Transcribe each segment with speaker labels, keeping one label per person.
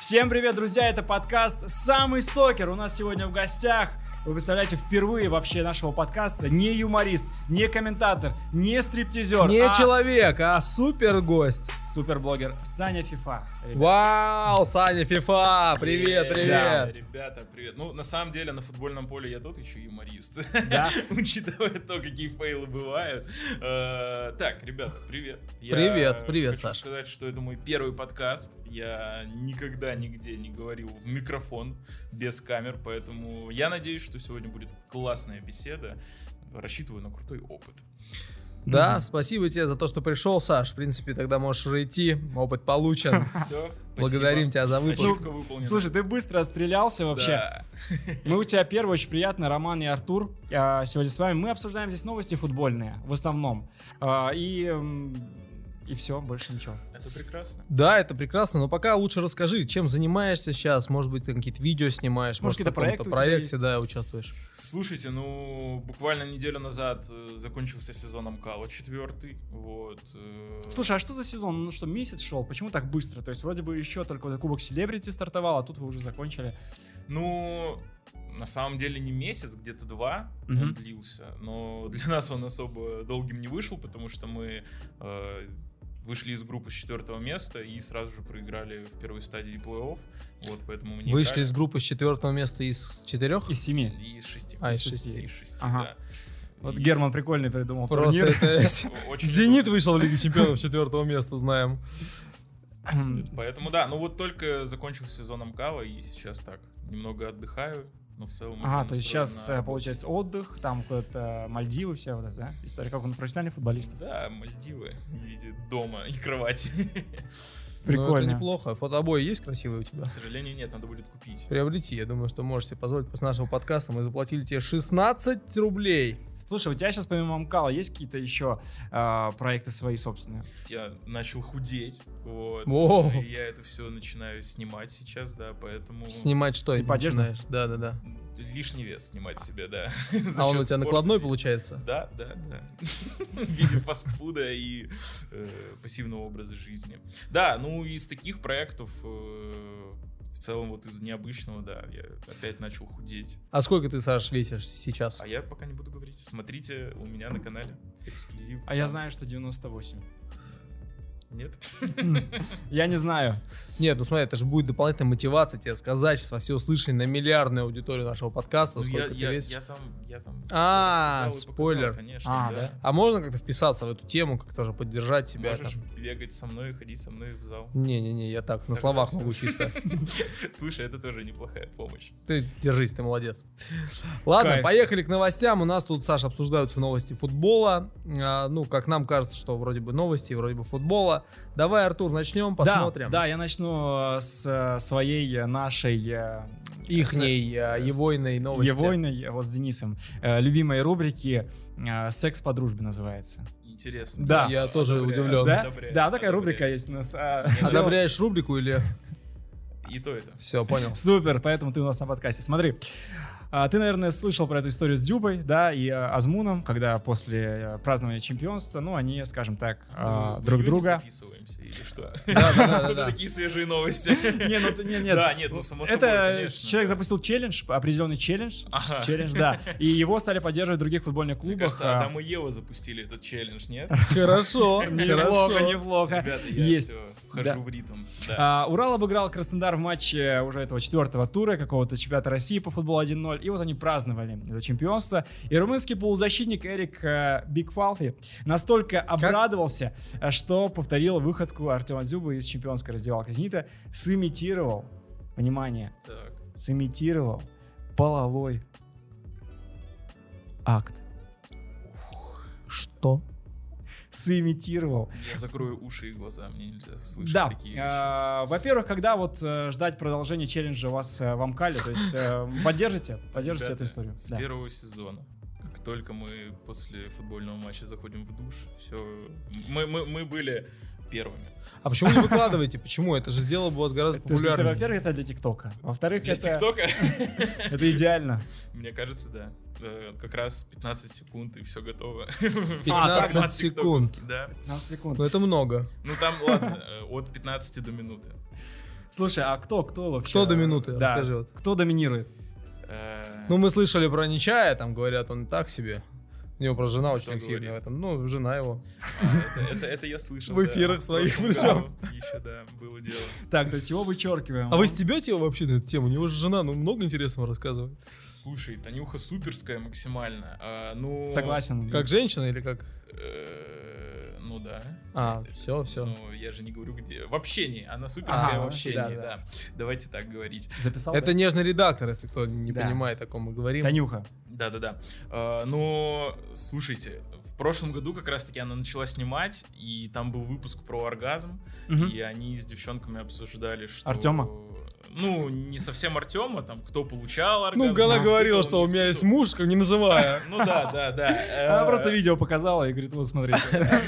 Speaker 1: Всем привет, друзья! Это подкаст «Самый сокер». У нас сегодня в гостях вы представляете, впервые вообще нашего подкаста не юморист, не комментатор, не стриптизер.
Speaker 2: Не а... человек, а супер гость.
Speaker 1: Супер блогер Саня Фифа.
Speaker 2: Ребята. Вау, Саня Фифа, привет, привет. привет. Да,
Speaker 3: ребята, привет. Ну, на самом деле, на футбольном поле я тут еще юморист.
Speaker 1: Да?
Speaker 3: Учитывая то, какие фейлы бывают. Э, Так, ребята, привет.
Speaker 2: Привет, привет, Саша.
Speaker 3: Хочу сказать, что это мой первый подкаст. Я никогда нигде не говорил в микрофон без камер, поэтому я надеюсь, что сегодня будет классная беседа. Рассчитываю на крутой опыт.
Speaker 2: Да, mm-hmm. спасибо тебе за то, что пришел, Саш. В принципе, тогда можешь уже идти. Опыт получен.
Speaker 3: Все.
Speaker 2: Благодарим тебя за выпуск.
Speaker 1: А. Слушай, ты быстро отстрелялся вообще. Мы у тебя первый, очень приятно, Роман и Артур. а, Сегодня с вами мы обсуждаем здесь новости футбольные, в основном. А, И и все, больше ничего.
Speaker 3: Это прекрасно.
Speaker 2: Да, это прекрасно, но пока лучше расскажи, чем занимаешься сейчас, может быть, ты какие-то видео снимаешь, может, может в каком-то проекте, да, участвуешь.
Speaker 3: Слушайте, ну, буквально неделю назад э, закончился сезон Амкала четвертый, вот. э,
Speaker 1: Слушай, а что за сезон? Ну что, месяц шел, почему так быстро? То есть вроде бы еще только Кубок Селебрити стартовал, а тут вы уже закончили.
Speaker 3: Ну, на самом деле не месяц, где-то два угу. Mm-hmm. он длился, но для нас он особо долгим не вышел, потому что мы э, вышли из группы с четвертого места и сразу же проиграли в первой стадии плей-офф. Вот, поэтому мы не
Speaker 2: Вышли играли. из группы с четвертого места из четырех?
Speaker 1: Из семи.
Speaker 3: И из шести.
Speaker 2: А, из шести. шести.
Speaker 3: Из шести, ага. да.
Speaker 1: Вот и... Герман прикольный придумал
Speaker 2: Просто это... Зенит вышел в Лиге Чемпионов с четвертого места, знаем. Ну,
Speaker 3: Поэтому да, ну вот только закончил сезон Амкала и сейчас так, немного отдыхаю, но в целом...
Speaker 1: Ага, то есть сейчас, на... получается, отдых, там куда-то Мальдивы, вся вот эта, да? История, как он профессиональный футболист.
Speaker 3: Да, Мальдивы в виде дома и кровати.
Speaker 1: Прикольно.
Speaker 2: Ну, это неплохо. Фотобои есть красивые у тебя?
Speaker 3: К сожалению, нет, надо будет купить.
Speaker 2: Приобрети, я думаю, что можете позволить. После нашего подкаста мы заплатили тебе 16 рублей.
Speaker 1: Слушай, у тебя сейчас помимо Амкала есть какие-то еще э, проекты свои собственные?
Speaker 3: Я начал худеть, вот. О! Я это все начинаю снимать сейчас, да, поэтому...
Speaker 2: Снимать что?
Speaker 1: Типа одежду?
Speaker 2: Да, да, да.
Speaker 3: Лишний вес снимать себе, да.
Speaker 2: А он у тебя спорта. накладной получается?
Speaker 3: Да, да, да. В виде фастфуда и э, пассивного образа жизни. Да, ну из таких проектов э, в целом вот из необычного, да, я опять начал худеть.
Speaker 2: А сколько ты, Саш, весишь сейчас?
Speaker 3: А я пока не буду говорить. Смотрите у меня на канале эксклюзив.
Speaker 1: А я знаю, что 98.
Speaker 3: Нет?
Speaker 1: Я не знаю.
Speaker 2: Нет, ну смотри, это же будет дополнительная мотивация тебе сказать сейчас во всеуслышание на миллиардную аудиторию нашего подкаста, ну, сколько
Speaker 3: я,
Speaker 2: ты
Speaker 3: я,
Speaker 2: весишь.
Speaker 3: Я там, я там
Speaker 2: а, спойлер.
Speaker 3: Показал, конечно,
Speaker 2: а, да. а можно как-то вписаться в эту тему, как тоже поддержать тебя?
Speaker 3: Можешь там? бегать со мной и ходить со мной в зал.
Speaker 2: Не-не-не, я так, так на словах могу чисто.
Speaker 3: Слушай, это тоже неплохая помощь.
Speaker 2: Ты держись, ты молодец. Ладно, Кайф. поехали к новостям. У нас тут, Саша, обсуждаются новости футбола. А, ну, как нам кажется, что вроде бы новости, вроде бы футбола. Давай, Артур, начнем, посмотрим.
Speaker 1: Да, да я начну э, с своей э, нашей
Speaker 2: ихней с, егойной новости. Ну,
Speaker 1: Егойной, вот с Денисом. Любимой рубрики э, «Секс по дружбе» называется.
Speaker 3: Интересно.
Speaker 2: Да. Я, я тоже одобряю, удивлен.
Speaker 1: Да? Одобряю, да, такая одобряю. рубрика есть у нас. а,
Speaker 2: Одобряешь рубрику или...
Speaker 3: И то это.
Speaker 2: Все, понял.
Speaker 1: Супер, поэтому ты у нас на подкасте. Смотри. а, Ты, наверное, слышал про эту историю с Дюбой, да, и э, Азмуном, когда после э, празднования чемпионства, ну, они, скажем так, ну, друг друга...
Speaker 3: записываемся или что? Да-да-да. Такие свежие новости.
Speaker 1: Не, ну, нет, нет.
Speaker 3: Да, нет, ну, само собой,
Speaker 1: Это человек запустил челлендж, определенный челлендж, челлендж, да, и его стали поддерживать в других футбольных клубах. Мне
Speaker 3: кажется, Адам и Ева запустили этот челлендж, нет?
Speaker 2: Хорошо,
Speaker 1: а, неплохо, неплохо.
Speaker 3: Ребята, я все вхожу да. в ритм.
Speaker 1: Да. А, Урал обыграл Краснодар в матче уже этого четвертого тура какого-то чемпионата России по футболу 1-0. И вот они праздновали это чемпионство. И румынский полузащитник Эрик э, Бигфалфи настолько обрадовался, как? что повторил выходку Артема Дзюба из чемпионской раздевалки «Зенита», сымитировал, внимание,
Speaker 3: так.
Speaker 1: сымитировал половой акт.
Speaker 2: Ух. Что?
Speaker 1: сымитировал.
Speaker 3: Я закрою уши и глаза, мне нельзя слышать
Speaker 1: да.
Speaker 3: такие вещи. А,
Speaker 1: во-первых, когда вот э, ждать продолжения челленджа вас э, в Амкале, то есть э, поддержите, поддержите эту историю.
Speaker 3: С первого сезона. Как только мы после футбольного матча заходим в душ, все, мы, мы, мы были первыми.
Speaker 2: А почему не выкладываете? Почему? Это же сделало бы вас гораздо это, популярнее.
Speaker 1: Это, во-первых, это для ТикТока. Во-вторых,
Speaker 3: для
Speaker 1: это...
Speaker 3: ТикТока?
Speaker 1: Это идеально.
Speaker 3: Мне кажется, да. Э, Как раз 15 секунд и все готово.
Speaker 2: 15, а, 15 секунд.
Speaker 3: Да.
Speaker 1: 15 секунд.
Speaker 2: Ну это много.
Speaker 3: э, Ну там, ладно, от 15 до минуты.
Speaker 1: Слушай, а кто, кто вообще?
Speaker 2: Кто до минуты?
Speaker 1: Да.
Speaker 2: Расскажи вот.
Speaker 1: Кто доминирует?
Speaker 3: Э,
Speaker 2: Ну, мы слышали про Нечая, там говорят, он так себе. У него просто жена
Speaker 3: Что
Speaker 2: очень активная в
Speaker 3: говорит?
Speaker 2: этом. Ну, жена его.
Speaker 3: а, это- это- Это я слышал.
Speaker 2: В
Speaker 3: да.
Speaker 2: эфирах своих
Speaker 3: В прошлом
Speaker 2: причем.
Speaker 3: году Еще, да, было дело.
Speaker 1: Так, то есть его вычеркиваем.
Speaker 2: А вы стебете его вообще на эту тему? У него же жена, ну, много интересного рассказывает.
Speaker 3: Слушай, Танюха суперская максимально. А, Ну...
Speaker 1: Согласен.
Speaker 2: Как женщина или как...
Speaker 3: э, Ну да.
Speaker 2: А, все, все.
Speaker 3: Ну, я же не говорю, где. В общении. Она суперская
Speaker 1: А,
Speaker 3: в
Speaker 1: в общении,
Speaker 3: общении,
Speaker 1: да,
Speaker 3: да. Давайте так говорить.
Speaker 1: Записал?
Speaker 2: Это
Speaker 1: да?
Speaker 2: нежный редактор, если кто не
Speaker 1: Да.
Speaker 2: понимает, о ком мы говорим.
Speaker 1: Танюха.
Speaker 3: Да-да-да. Э, Но, слушайте, в прошлом году как раз-таки она начала снимать, и там был выпуск про оргазм,
Speaker 1: Мгм.
Speaker 3: и они с девчонками обсуждали, что...
Speaker 1: Артема?
Speaker 3: Ну, не совсем Артема, там, кто получал оргазм.
Speaker 2: Ну, она
Speaker 3: кто
Speaker 2: говорила,
Speaker 3: испытывал,
Speaker 2: что у
Speaker 3: не
Speaker 2: меня есть
Speaker 3: испытывал.
Speaker 2: муж, как не называя.
Speaker 3: Ну да, да, да. Э,
Speaker 1: Она просто видео показала и говорит, вот смотрите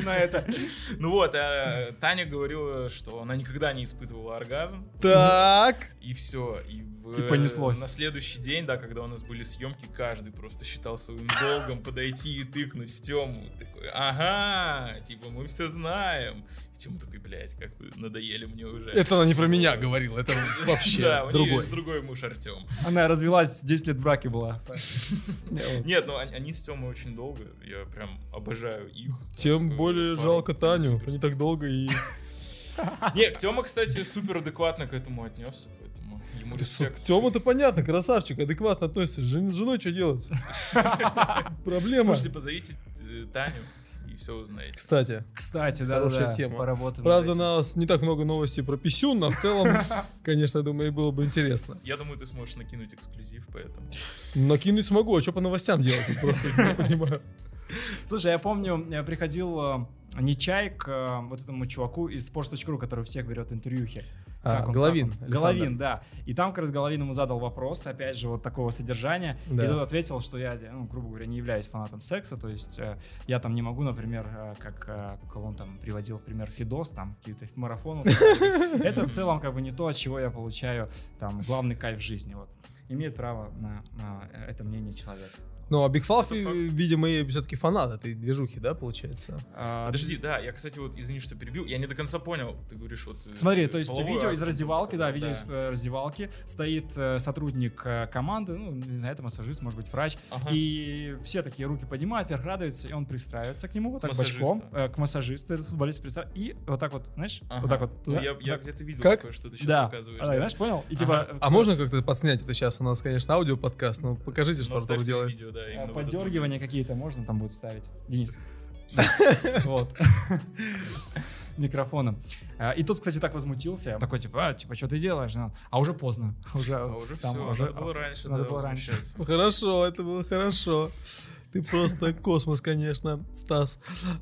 Speaker 1: на это.
Speaker 3: Ну вот, э, Таня говорила, что она никогда не испытывала оргазм,
Speaker 2: Так.
Speaker 3: и все. И, в-
Speaker 1: И понеслось.
Speaker 3: На следующий день, да, когда у нас были съемки, каждый просто считал своим долгом подойти и тыкнуть в Тему. Такой, ага, типа мы все знаем. И Тема такой, блядь, как вы надоели мне уже.
Speaker 2: Это она не про меня говорила, это вообще
Speaker 3: Да, у нее
Speaker 2: другой.
Speaker 3: есть другой муж Артем.
Speaker 1: Она развелась, 10 лет в браке была.
Speaker 3: Нет, ну они, они с Темой очень долго, я прям обожаю их.
Speaker 2: Тем
Speaker 3: Как, э,
Speaker 2: более
Speaker 3: пару,
Speaker 2: жалко
Speaker 3: они
Speaker 2: Таню,
Speaker 3: суперские.
Speaker 2: они так долго и...
Speaker 3: Не, Тема, кстати, супер адекватно к этому отнесся, поэтому ему респект.
Speaker 2: Тема-то понятно, красавчик, адекватно относится. С жен- с женой что делать? Проблема.
Speaker 3: Слушайте, позовите э, Таню и все узнаете.
Speaker 2: Кстати,
Speaker 1: Кстати, да,
Speaker 2: Хорошая
Speaker 1: да,
Speaker 2: тема.
Speaker 1: поработаем
Speaker 2: правда, у
Speaker 1: над
Speaker 2: нас не так много новостей про писюн, но в целом, конечно, я думаю, было бы интересно.
Speaker 3: Я думаю, ты сможешь накинуть эксклюзив, поэтому.
Speaker 2: Накинуть смогу, а что по новостям делать? Я Просто не понимаю.
Speaker 1: этим. Слушай, я помню, я приходил э, Нечай к э, вот этому чуваку из sports.ru, который у всех берет интервьюхи. Как
Speaker 2: А,
Speaker 1: он там?
Speaker 2: Головин.
Speaker 1: Головин, да. И там как раз Головин ему задал вопрос, опять же, вот такого содержания.
Speaker 2: Да.
Speaker 1: И тот ответил, что я, ну, грубо говоря, не являюсь фанатом секса, то есть э, я там не могу, например, э, как э, кого он там приводил, в пример, Фидос, там, какие-то марафоны. Это в целом как бы не то, от чего я получаю там главный кайф в жизни, вот. Имеет право на, на э, это мнение человека.
Speaker 2: Ну, а Биг Фалфи,
Speaker 3: Это факт.
Speaker 2: видимо, и все-таки фанат этой движухи, да, получается?
Speaker 1: А,
Speaker 3: Подожди, да, я, кстати, вот, извини, что перебил, я не до конца понял, ты говоришь, вот... э,
Speaker 1: Смотри, то есть
Speaker 3: половой
Speaker 1: видео
Speaker 3: акт
Speaker 1: из
Speaker 3: был,
Speaker 1: раздевалки, да, видео из
Speaker 3: да.
Speaker 1: э, раздевалки, стоит э, сотрудник э, команды, ну, не знаю, это массажист, может быть, врач,
Speaker 3: Ага.
Speaker 1: И все такие руки поднимают, вверх радуются, и он пристраивается к нему, вот так
Speaker 3: массажисту.
Speaker 1: бочком, э, к массажисту, этот футболист пристраивается, и вот так вот, знаешь,
Speaker 3: Ага.
Speaker 1: вот так вот.
Speaker 3: Ну,
Speaker 1: туда,
Speaker 3: я,
Speaker 1: вот
Speaker 3: я
Speaker 1: так.
Speaker 3: где-то видел
Speaker 2: Как?
Speaker 3: такое, что ты сейчас
Speaker 1: да,
Speaker 3: показываешь.
Speaker 1: А,
Speaker 3: да.
Speaker 1: знаешь, понял? И
Speaker 3: Ага.
Speaker 1: типа...
Speaker 2: А можно как-то подснять это сейчас? У нас, конечно, аудиоподкаст, но покажите, что
Speaker 3: Но
Speaker 2: Артур
Speaker 3: ставьте
Speaker 2: делает.
Speaker 3: видео, да,
Speaker 1: э,
Speaker 3: именно в этот
Speaker 1: Поддергивания какие-то можно там будет ставить. Денис. Вот. Микрофоном. А, И тут, кстати, так возмутился. Такой, типа, а, типа, что ты делаешь? Ну, А уже поздно. Уже,
Speaker 3: момент. А уже
Speaker 1: там
Speaker 3: все,
Speaker 1: уже-
Speaker 3: надо было раньше,
Speaker 1: надо
Speaker 3: да,
Speaker 1: было раньше.
Speaker 3: возмущаться.
Speaker 2: Хорошо, это было хорошо. Ты просто космос, конечно, Стас.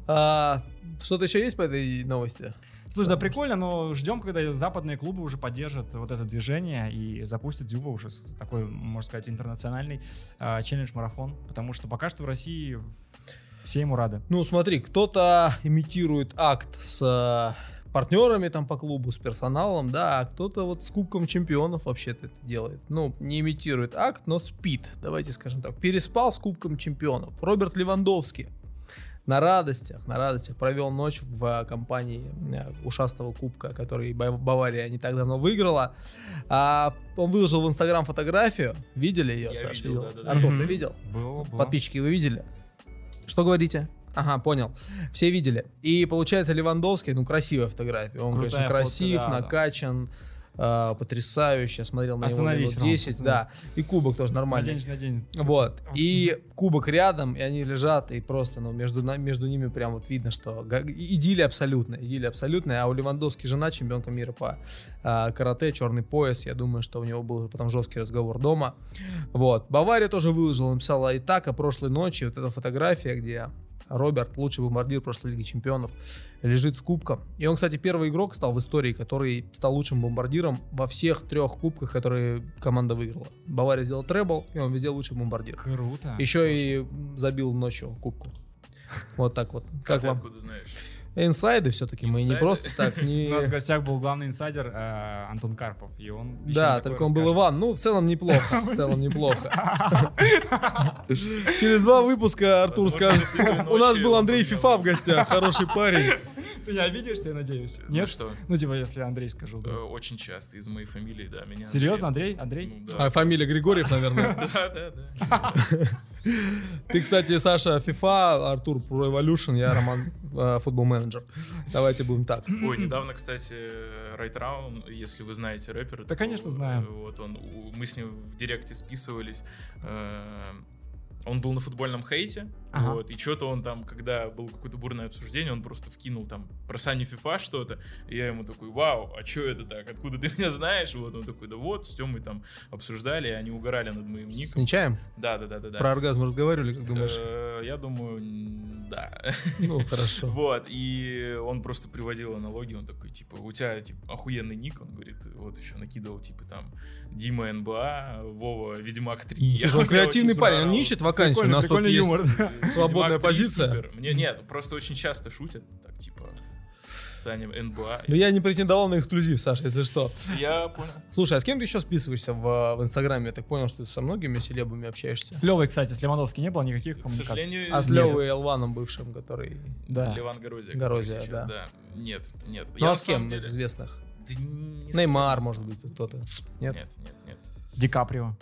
Speaker 2: А, Что-то еще есть по этой новости?
Speaker 1: Слушай, да прикольно, но ждем, когда западные клубы уже поддержат вот это движение и запустят Дзюба уже с- такой, можно сказать, интернациональный а, челлендж-марафон, потому что пока что в России все ему рады.
Speaker 2: Ну, смотри, кто-то имитирует акт с э, партнерами там по клубу, с персоналом, да, а кто-то вот с Кубком Чемпионов вообще-то это делает. Ну, не имитирует акт, но спит, давайте скажем так. Переспал с Кубком Чемпионов. Роберт Левандовский на радостях, на радостях провел ночь в э, компании э, ушастого кубка, который Ба- Бавария не так давно выиграла. А, он выложил в Инстаграм фотографию. Видели ее,
Speaker 3: Я
Speaker 2: Саш?
Speaker 3: видел,
Speaker 2: видел?
Speaker 3: да-да-да.
Speaker 2: Артур, ты
Speaker 1: Мгм.
Speaker 2: видел?
Speaker 1: Было, было.
Speaker 2: Подписчики, вы видели? Что говорите? Ага, понял. Все видели. И получается, Левандовский, ну, красивая фотография. Он,
Speaker 1: Крутая
Speaker 2: конечно,
Speaker 1: фотка,
Speaker 2: красив,
Speaker 1: да, да.
Speaker 2: накачан, э, потрясающе. Я смотрел на
Speaker 1: Остановись,
Speaker 2: него
Speaker 1: Ром,
Speaker 2: минут 10, да. И кубок тоже нормальный.
Speaker 1: Наденешь, надень.
Speaker 2: Вот. И кубок рядом, и они лежат, и просто, ну, между, на- между ними прям вот видно, что га- идиллия абсолютная, идиллия абсолютная. А у Левандовски жена чемпионка мира по а, карате, черный пояс. Я думаю, что у него был потом жесткий разговор дома. Вот. Бавария тоже выложила, написала и так, а прошлой ночи вот эта фотография, где Роберт, лучший бомбардир прошлой Лиги Чемпионов, лежит с кубком. И он, кстати, первый игрок стал в истории, который стал лучшим бомбардиром во всех трех кубках, которые команда выиграла. Бавария сделала требл, и он везде лучший бомбардир.
Speaker 1: Круто.
Speaker 2: Еще и забил ночью кубку. Вот так вот. Как
Speaker 3: Ты
Speaker 2: вам?
Speaker 3: Откуда знаешь?
Speaker 2: Инсайды все-таки мы не
Speaker 3: Инсайды.
Speaker 2: просто так
Speaker 1: У
Speaker 2: не...
Speaker 1: нас в гостях был главный инсайдер э, Антон Карпов, и он... ещё
Speaker 2: Да,
Speaker 1: не такое
Speaker 2: только он был
Speaker 1: расскажет.
Speaker 2: Иван. Ну, в целом неплохо. В целом неплохо. Через два выпуска Артур
Speaker 3: Возможно,
Speaker 2: скажет.
Speaker 3: после этой
Speaker 2: У нас
Speaker 3: ночи
Speaker 2: был
Speaker 3: он
Speaker 2: Андрей
Speaker 3: понял.
Speaker 2: Фифа в гостях, хороший парень.
Speaker 1: Ты не обидишься, я надеюсь?
Speaker 3: Ну
Speaker 1: Нет?
Speaker 3: что?
Speaker 1: Ну, типа, если я Андрей скажу.
Speaker 3: э,
Speaker 1: да.
Speaker 3: Очень часто из моей фамилии, да, меня...
Speaker 1: Серьезно, Андрей? Андрей?
Speaker 3: Ну,
Speaker 2: А,
Speaker 3: да.
Speaker 2: Фамилия Григорьев, наверное.
Speaker 3: Да, да, да.
Speaker 2: Ты, кстати, Саша Фифа, Артур Pro Evolution, я Роман э, Футбол Менеджер. Давайте будем так.
Speaker 3: Ой, недавно, кстати, Right Round, если вы знаете рэпера.
Speaker 1: Да,
Speaker 3: то,
Speaker 1: конечно, знаем.
Speaker 3: э, Вот он, у- мы с ним в директе списывались. э, Он был на футбольном хейте,
Speaker 1: Ага.
Speaker 3: вот, и что-то он там, когда было какое-то бурное обсуждение, он просто вкинул там про Саню Фифа что-то, и я ему такой, вау, а что это так, откуда ты меня знаешь? Вот он такой, да вот, с Тёмой там обсуждали, и они угорали над моим
Speaker 2: С
Speaker 3: ником.
Speaker 2: Нечаем?
Speaker 3: Да-да-да-да-да.
Speaker 2: Про оргазм разговаривали, как думаешь?
Speaker 3: Э, Я думаю, м, да.
Speaker 2: Ну, хорошо.
Speaker 3: Вот, и он просто приводил аналогию, он такой, типа, у тебя, типа, охуенный ник, он говорит, вот еще накидывал, типа, там, Дима НБА, Вова Ведьмак 3.
Speaker 2: Слушай, он
Speaker 3: Я
Speaker 2: креативный
Speaker 3: очень
Speaker 2: парень, он не
Speaker 3: понравился.
Speaker 2: ищет вакансию. У
Speaker 1: Прикольный,
Speaker 2: нас тут
Speaker 1: прикольный
Speaker 2: есть
Speaker 1: юмор. да.
Speaker 2: свободная
Speaker 3: «Ведьмак 3»
Speaker 2: позиция.
Speaker 3: супер. Мне нет, просто очень часто шутят, так, типа, Саня НБА.
Speaker 2: Но я не претендовал на эксклюзив, Саша, если что.
Speaker 3: Я понял.
Speaker 2: Слушай, а с кем ты еще списываешься в, в Инстаграме? Я так понял, что ты со многими селебами общаешься.
Speaker 1: С Левой, кстати, с Левандовским не было никаких
Speaker 3: К
Speaker 1: коммуникаций.
Speaker 3: сожалению,
Speaker 2: А с
Speaker 1: Нет.
Speaker 2: Левой Элваном бывшим, который...
Speaker 1: Да.
Speaker 3: Леван Горозия.
Speaker 2: Горозия,
Speaker 3: который сейчас,
Speaker 2: да.
Speaker 3: Нет, нет.
Speaker 2: Ну
Speaker 3: Я
Speaker 2: а
Speaker 3: на
Speaker 2: с кем
Speaker 3: самом
Speaker 2: из
Speaker 3: деле-
Speaker 2: известных?
Speaker 3: Да не-
Speaker 2: Неймар, может быть, кто-то. Нет?
Speaker 3: Нет, нет, нет.
Speaker 1: Ди Каприо.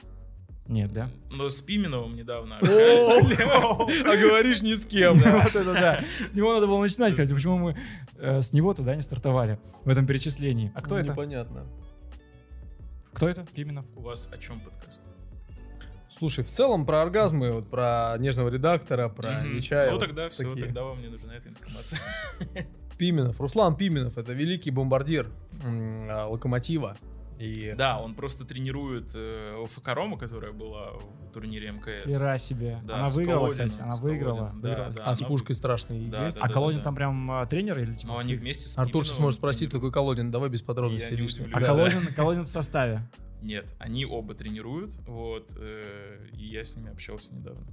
Speaker 1: Нет, да?
Speaker 3: Но с Пименовым недавно
Speaker 2: О,
Speaker 3: общались.
Speaker 2: А говоришь ни с кем.
Speaker 1: Вот это да. С него надо было начинать, кстати. Почему мы э, с него тогда не стартовали в этом перечислении? А
Speaker 2: Ну,
Speaker 1: кто это?
Speaker 2: Непонятно.
Speaker 1: Кто это? Пименов.
Speaker 3: У вас о чем подкаст?
Speaker 2: Слушай, в целом про оргазмы, вот про нежного редактора, про
Speaker 3: Мгм.
Speaker 2: Нечаева.
Speaker 3: Ну тогда все,
Speaker 2: такие.
Speaker 3: тогда вам не нужна эта информация.
Speaker 2: Пименов. Руслан Пименов, это великий бомбардир м, а, Локомотива. И
Speaker 3: Да, он просто тренирует э, ЛФК Рома, которая была в турнире МКС.
Speaker 1: Хера себе.
Speaker 3: Да,
Speaker 1: Она
Speaker 3: с
Speaker 1: выиграла,
Speaker 3: Колодиным,
Speaker 1: кстати. Она
Speaker 3: с
Speaker 1: выиграла.
Speaker 3: Колодиным, да,
Speaker 1: выиграла.
Speaker 3: да.
Speaker 2: А с
Speaker 3: она-
Speaker 2: пушкой страшной
Speaker 3: Да,
Speaker 2: есть?
Speaker 3: да.
Speaker 1: А Колонин там прям а, тренер или
Speaker 3: Но
Speaker 1: типа?
Speaker 3: они вместе с
Speaker 2: Артур сейчас
Speaker 3: Пименовым
Speaker 2: может спросить,
Speaker 3: тренируют.
Speaker 2: такой Колодин, давай без подробностей
Speaker 3: не
Speaker 2: лишних.
Speaker 1: А
Speaker 3: удивлюсь. Да,
Speaker 1: Колонин, Колонин в составе.
Speaker 3: Нет, они оба тренируют, вот, э, и я с ними общался недавно.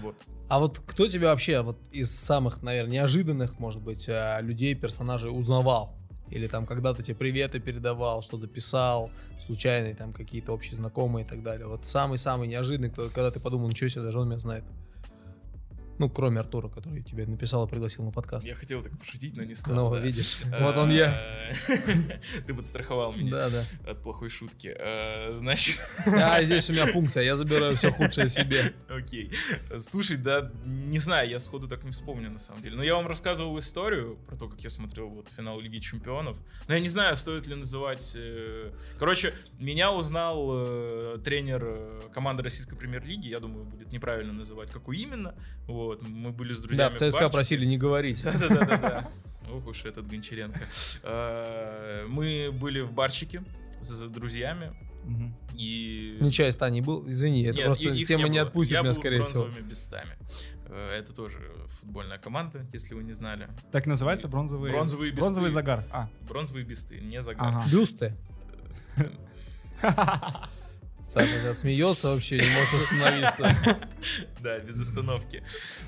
Speaker 3: Вот.
Speaker 2: А вот кто тебя вообще вот из самых, наверное, неожиданных, может быть, э, людей, персонажей узнавал? Или там когда-то тебе приветы передавал, что-то писал, случайные там какие-то общие знакомые и так далее. Вот самый-самый неожиданный, кто, когда ты подумал, ничего себе, даже он меня знает. Ну, кроме Артура, который тебе написал и пригласил на подкаст.
Speaker 3: Я хотел так пошутить, но не стал.
Speaker 2: Ну,
Speaker 3: да.
Speaker 2: видишь,
Speaker 3: Э,
Speaker 2: вот он я.
Speaker 3: Ты подстраховал меня
Speaker 2: Да, да.
Speaker 3: от плохой шутки. Э, Значит,
Speaker 2: А здесь у меня функция, я забираю все худшее себе.
Speaker 3: Окей. Слушай, да, не знаю, я сходу так не вспомню, на самом деле. Но я вам рассказывал историю про то, как я смотрел вот финал Лиги Чемпионов. Но я не знаю, стоит ли называть... э, Короче, меня узнал э, тренер э, команды российской премьер-лиги. Я думаю, будет неправильно называть, какую именно. Вот, мы были с
Speaker 2: Да,
Speaker 3: друзьями
Speaker 2: в
Speaker 3: в
Speaker 2: ЦСКА
Speaker 3: барчике.
Speaker 2: просили не говорить.
Speaker 3: Да-да-да-да-да. Ох уж этот Гончаренко. Э, Мы были в барчике с с друзьями.
Speaker 1: Мгм.
Speaker 3: И...
Speaker 2: Нечай Стани был, извини, это
Speaker 3: Нет, и-
Speaker 2: просто
Speaker 3: их
Speaker 2: тема не
Speaker 3: было.
Speaker 2: отпустит
Speaker 3: Я
Speaker 2: меня,
Speaker 3: был с
Speaker 2: скорее всего.
Speaker 3: бронзовыми бесцами. Э, Это тоже футбольная команда, если вы не знали.
Speaker 1: Так называется бронзовый...
Speaker 3: Бронзовые бесты.
Speaker 1: Бронзовый загар. А.
Speaker 3: Бронзовые бесты, не загар.
Speaker 1: Ага.
Speaker 2: Бюсты. Саша сейчас смеется вообще, не может остановиться.
Speaker 3: Да, без остановки.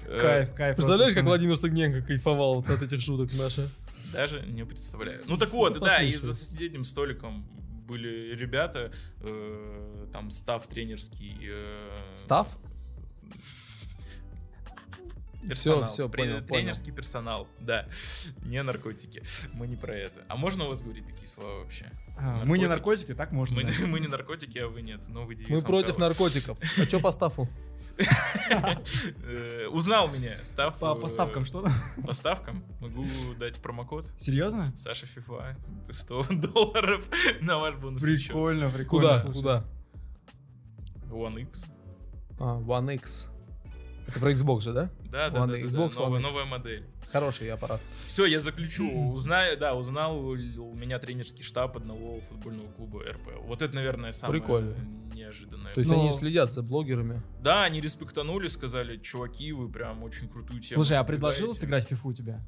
Speaker 3: Э,
Speaker 1: А, Кайф, кайф.
Speaker 2: Представляешь,
Speaker 1: просто,
Speaker 2: как
Speaker 1: пацаны.
Speaker 2: Владимир Стыгненко кайфовал вот от этих шуток наши?
Speaker 3: Даже не представляю. Ну так вот,
Speaker 2: Ну,
Speaker 3: да, и
Speaker 2: послушай.
Speaker 3: за соседним столиком были ребята, э, там став тренерский. э,
Speaker 2: Став? Все,
Speaker 3: Персонал.
Speaker 2: все,
Speaker 3: Пре-
Speaker 2: понял, понял.
Speaker 3: Тренерский персонал, да. Не наркотики. Мы не про это. А можно у вас говорить такие слова вообще?
Speaker 1: А, Мы не
Speaker 3: наркотики?
Speaker 1: наркотики, так можно.
Speaker 3: Мы,
Speaker 1: да.
Speaker 3: мы не наркотики, а вы нет. Новый девиз
Speaker 2: Мы против
Speaker 3: Анкала.
Speaker 2: наркотиков. А что по стафу?
Speaker 3: Э, Узнал меня. Став,
Speaker 1: По
Speaker 3: э,
Speaker 1: поставкам что там?
Speaker 3: По ставкам. Могу дать промокод.
Speaker 1: Серьезно?
Speaker 3: Саша Фифа. 100 долларов на ваш бонусный счет.
Speaker 1: Прикольно, прикольно.
Speaker 2: Куда?
Speaker 1: слушай.
Speaker 2: Куда?
Speaker 3: One X.
Speaker 2: А, One X. Это про Xbox же, да?
Speaker 3: Да, да,
Speaker 2: One
Speaker 3: да, да,
Speaker 2: Xbox,
Speaker 3: да, новая,
Speaker 2: One X.
Speaker 3: новая модель.
Speaker 2: Хороший аппарат.
Speaker 3: Все, я заключу. Узнаю, да, узнал у меня тренерский штаб одного футбольного клуба РПЛ. Вот это, наверное, самое
Speaker 2: Прикольно.
Speaker 3: неожиданное.
Speaker 2: То есть
Speaker 1: Но-
Speaker 2: они следят за блогерами.
Speaker 3: Да, они респектанули, сказали, чуваки, вы прям очень крутую тему.
Speaker 1: Слушай, а предложил
Speaker 3: продвигаете».
Speaker 1: сыграть в фифу тебе?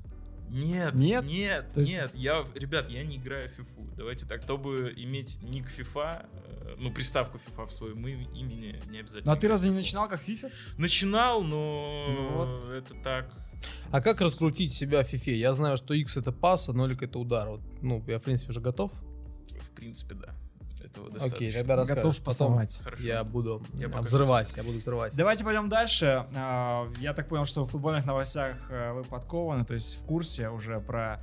Speaker 3: Нет,
Speaker 1: Нет?
Speaker 3: нет, нет,
Speaker 1: То есть-
Speaker 3: Я, ребят, я не играю в фифу. Давайте так, чтобы иметь ник фифа, э, ну приставку фифа в своем им- имени не обязательно.
Speaker 1: Ну а ты
Speaker 3: играть в
Speaker 1: разве не
Speaker 3: «Фифу».
Speaker 1: начинал как фифер?
Speaker 3: Начинал, но
Speaker 1: Ну
Speaker 3: это так.
Speaker 2: А как раскрутить себя в фифе? Я знаю, что X это пас, а нолик это удар. Вот, ну, я в принципе уже готов.
Speaker 3: В принципе, да. Этого
Speaker 2: Окей,
Speaker 3: достаточно.
Speaker 2: тогда расскажешь.
Speaker 1: Готов
Speaker 2: Потом
Speaker 1: пасовать.
Speaker 3: Хорошо.
Speaker 2: я буду
Speaker 3: Я
Speaker 2: а,
Speaker 3: покажу.
Speaker 2: взрывать, я буду взрывать.
Speaker 1: Давайте пойдем дальше. А, Я так понял, что в футбольных новостях а, вы подкованы, то есть в курсе уже про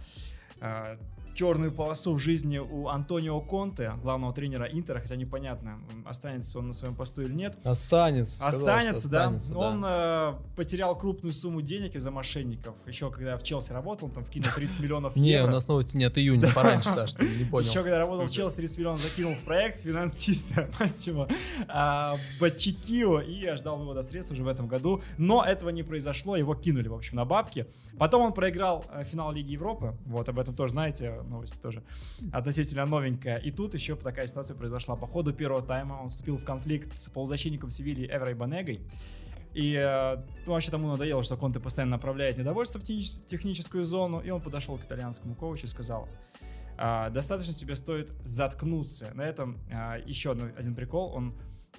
Speaker 1: а, черную полосу в жизни у Антонио Конте, главного тренера Интера, хотя непонятно, м, останется он на своем посту или нет.
Speaker 2: Останется. сказал, что
Speaker 1: Останется, да.
Speaker 2: останется,
Speaker 1: Он э, потерял крупную сумму денег из-за мошенников. Еще когда в Челси работал, он там вкинул 30 миллионов
Speaker 2: Не,
Speaker 1: евро.
Speaker 2: у нас новости нет, июня, пораньше, Саш, ты не понял.
Speaker 1: Еще когда работал в
Speaker 3: Супер.
Speaker 1: Челси, 30 миллионов закинул в проект финансиста, мать его, а, Бачикио, и ждал вывода средств уже в этом году. Но этого не произошло, его кинули, в общем, на бабки. Потом он проиграл э, финал Лиги Европы, вот об этом тоже знаете, новость тоже относительно новенькая. И тут еще такая ситуация произошла. По ходу первого тайма он вступил в конфликт с полузащитником Севильи Эверой Банегой. И э, ну, вообще тому надоело, что Конте постоянно направляет недовольство в технич- техническую зону, и он подошел к итальянскому коучу и сказал, а, достаточно тебе стоит заткнуться. На этом а, еще одно- один прикол. Он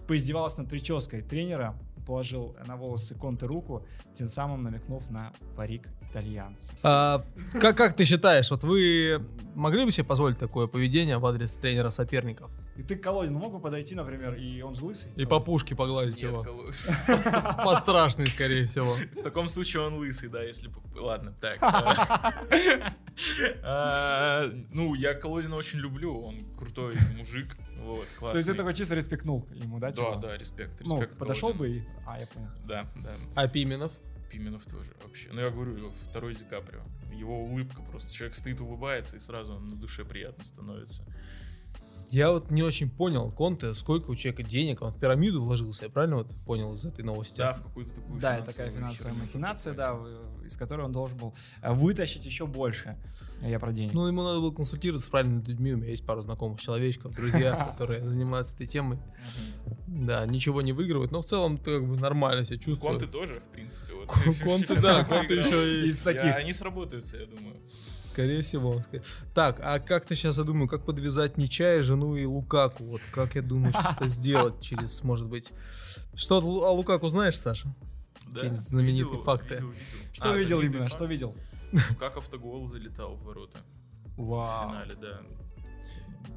Speaker 1: поиздевался над прической тренера, положил на волосы Конте руку, тем самым намекнув на парик итальянца.
Speaker 2: А, как, как ты считаешь, вот вы могли бы себе позволить такое поведение в адрес тренера соперников?
Speaker 1: И ты к Колодину мог бы подойти, например, и он же лысый?
Speaker 2: И по пушке погладить
Speaker 3: Нет,
Speaker 2: его.
Speaker 3: кол-
Speaker 2: Пострашный, скорее всего.
Speaker 3: В таком случае он лысый, да, если... бы- Ладно, так. э, э, Ну, я Колодина очень люблю, он крутой мужик, вот, классный.
Speaker 1: То есть это такой чисто респектнул ему, да?
Speaker 3: Да,
Speaker 1: типа?
Speaker 3: да, респект,
Speaker 1: Ну,
Speaker 3: респект.
Speaker 1: подошел
Speaker 3: Колодину.
Speaker 1: бы и... А, я понял.
Speaker 3: Да, да.
Speaker 2: А Пименов?
Speaker 3: Пименов тоже вообще. Ну, я говорю, второй Ди Каприо. Его улыбка просто. Человек стоит, улыбается, и сразу на душе приятно становится.
Speaker 2: Я вот не очень понял, Конте, сколько у человека денег, он в пирамиду вложился, я правильно вот понял из этой новости?
Speaker 3: Да, в какую-то такую
Speaker 1: Да, это такая финансовая
Speaker 3: херню
Speaker 1: махинация, да,
Speaker 3: какую-то.
Speaker 1: в- из которой он должен был э, вытащить еще больше. Я про деньги.
Speaker 2: Ну, ему надо было консультироваться с правильными людьми, у меня есть пару знакомых человечков, друзья, которые занимаются этой темой.
Speaker 3: Мгм.
Speaker 2: Да, ничего не выигрывают, но в целом ты как бы нормально себя чувствуешь.
Speaker 3: Конте Ну, тоже, в принципе. вот.
Speaker 2: Конте, да, Конте еще и
Speaker 1: Из таких.
Speaker 3: Я- Они сработаются, я думаю.
Speaker 2: Скорее всего. ск- Так, а как ты сейчас, я думаю, как подвязать Нечая, жену и Лукаку? Вот как я думаю, сейчас это сделать через, может быть... Что от Лу- о Лукаку знаешь, Саша?
Speaker 3: Да,
Speaker 2: Какие-нибудь знаменитые
Speaker 3: видел,
Speaker 2: факты.
Speaker 3: видел, видел.
Speaker 1: Что
Speaker 3: А,
Speaker 1: видел
Speaker 3: знаменитые
Speaker 1: именно?
Speaker 3: факты.
Speaker 1: Что видел?
Speaker 3: Как автогол залетал в ворота в
Speaker 1: Вау.
Speaker 3: финале, да.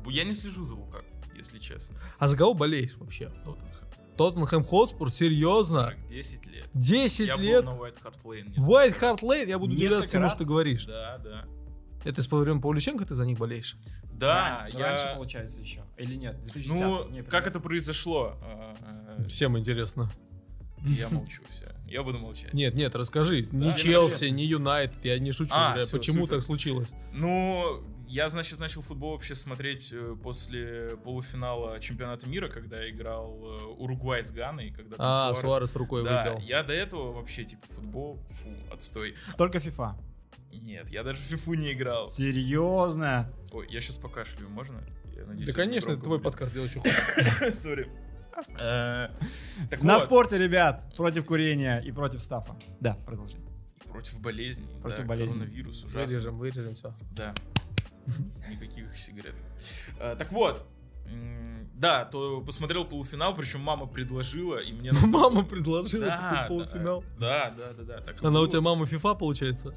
Speaker 3: Я не слежу за Лукак, если честно.
Speaker 2: А за кого болеешь вообще?
Speaker 3: Тоттенхэм.
Speaker 2: Тоттенхэм Хотспур? Серьезно?
Speaker 3: Так, 10 лет.
Speaker 2: 10
Speaker 3: Я
Speaker 2: лет?
Speaker 3: был на White Hart Lane. не
Speaker 2: White Hart Lane? Я буду
Speaker 1: Несколько
Speaker 2: удивляться всему,
Speaker 1: раз?
Speaker 2: что ты говоришь.
Speaker 3: Да, да.
Speaker 2: Это с Павлом Павлюченко ты за них болеешь?
Speaker 3: Да,
Speaker 1: А, Раньше,
Speaker 3: я...
Speaker 1: получается, еще. Или нет? 2010? Не,
Speaker 3: Ну, как
Speaker 1: подожди.
Speaker 3: это произошло? А, э,
Speaker 2: Всем интересно.
Speaker 3: Я молчу, все. Я буду молчать.
Speaker 2: Нет, нет, расскажи.
Speaker 3: Да.
Speaker 2: Ни Челси, ни Юнайтед, я не шучу.
Speaker 3: А,
Speaker 2: я-
Speaker 3: всё,
Speaker 2: Почему
Speaker 3: супер.
Speaker 2: так случилось?
Speaker 3: Ну, я, значит, начал футбол вообще смотреть э, после полуфинала чемпионата мира, когда играл э, Уругвай с Ганой, когда там
Speaker 2: А,
Speaker 3: Суарес-
Speaker 2: Суарес рукой
Speaker 3: Да,
Speaker 2: выбил.
Speaker 3: я до этого вообще, типа, футбол, фу, отстой.
Speaker 1: Только FIFA.
Speaker 3: Нет, я даже в фифу не играл.
Speaker 1: Серьезно?
Speaker 3: Ой, я сейчас покашлю, можно? Я надеюсь,
Speaker 2: Да,
Speaker 3: это не
Speaker 2: конечно, это
Speaker 3: громко
Speaker 2: твой
Speaker 3: будет.
Speaker 2: подкаст делал еще хуже.
Speaker 3: Сори. Э, Так
Speaker 1: На
Speaker 3: вот.
Speaker 1: спорте, ребят, против курения и против стафа. Да, продолжи.
Speaker 3: И Против болезней.
Speaker 1: Против
Speaker 3: да,
Speaker 1: болезней.
Speaker 3: Коронавирус ужасно.
Speaker 2: Вырежем, вырежем все.
Speaker 3: Да. Никаких сигарет. Э, Так вот. М, Да, то посмотрел полуфинал, причем мама предложила, и мне настолько-
Speaker 2: Ну, Мама предложила
Speaker 3: да,
Speaker 2: этот полуфинал.
Speaker 3: Да, да, да, да. так и
Speaker 2: Она у
Speaker 3: было.
Speaker 2: тебя мама FIFA получается?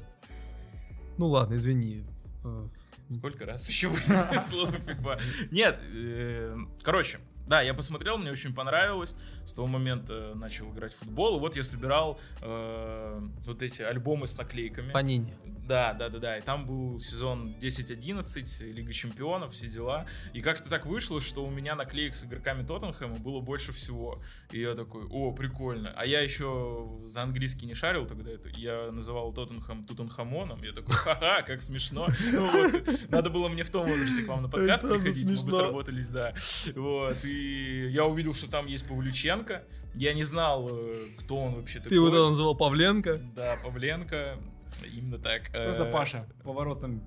Speaker 2: Ну ладно, извини. Э,
Speaker 3: Сколько раз еще будет слово FIFA? типа. Нет, э, короче, да, я посмотрел, мне очень понравилось. С того момента э, начал играть в футбол. И вот я собирал э, вот эти альбомы с наклейками.
Speaker 2: Панини.
Speaker 3: Да, да, да, да. И там был сезон 10-11, Лига Чемпионов, все дела. И как-то так вышло, что у меня наклеек с игроками Тоттенхэма было больше всего. И я такой, о, прикольно. А я еще за английский не шарил тогда. Это, я называл Тоттенхэм Тутанхамоном. Я такой, ха-ха, как смешно. Ну вот, Надо было мне в том возрасте к вам на подкаст
Speaker 2: Это правда
Speaker 3: приходить, мы бы
Speaker 2: смешно.
Speaker 3: сработались, да. Вот, и я увидел, что там есть Павлюченко. Я не знал, э, кто он вообще такой.
Speaker 2: Ты его тогда называл Павленко.
Speaker 3: Да, Павленко, именно так.
Speaker 1: Просто
Speaker 3: Э,
Speaker 1: Паша, поворотом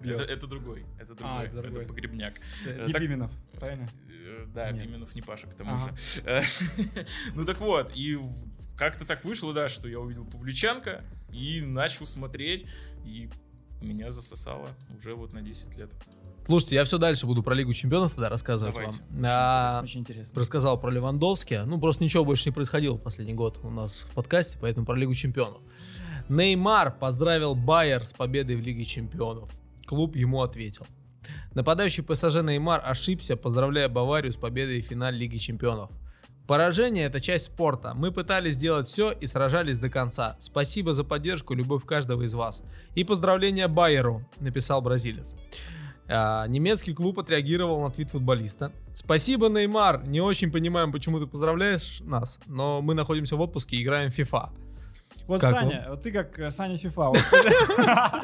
Speaker 1: бьет.
Speaker 3: Это, это другой, это другой,
Speaker 1: это
Speaker 3: это,
Speaker 1: другой.
Speaker 3: погребняк.
Speaker 1: Э,
Speaker 3: э,
Speaker 1: Не
Speaker 3: так-
Speaker 1: Пименов, правильно?
Speaker 3: Э, Да,
Speaker 1: Нет.
Speaker 3: Пименов не Паша, к тому
Speaker 1: Ага.
Speaker 3: же. Э, Ну так вот, и в- как-то так вышло, да, что я увидел Павлюченко и начал смотреть, и меня засосало уже вот на 10 лет.
Speaker 2: Слушайте, я все дальше буду про Лигу Чемпионов тогда рассказывать
Speaker 3: Давайте.
Speaker 2: вам. А,
Speaker 1: Очень интересно.
Speaker 2: Рассказал про Левандовски. Ну, просто ничего больше не происходило в последний год у нас в подкасте, поэтому про Лигу Чемпионов. Неймар поздравил Байер с победой в Лиге Чемпионов. Клуб ему ответил. Нападающий ПСЖ Неймар ошибся, поздравляя Баварию с победой в финале Лиги Чемпионов. Поражение – это часть спорта. Мы пытались сделать все и сражались до конца. Спасибо за поддержку и любовь каждого из вас. И поздравления Байеру, написал бразилец. А, немецкий клуб отреагировал на твит футболиста. Спасибо, Неймар. Не очень понимаем, почему ты поздравляешь нас, но мы находимся в отпуске и играем в FIFA.
Speaker 1: Вот
Speaker 2: Как
Speaker 1: Саня, вот ты как э, Саня Фифа. вот скажи-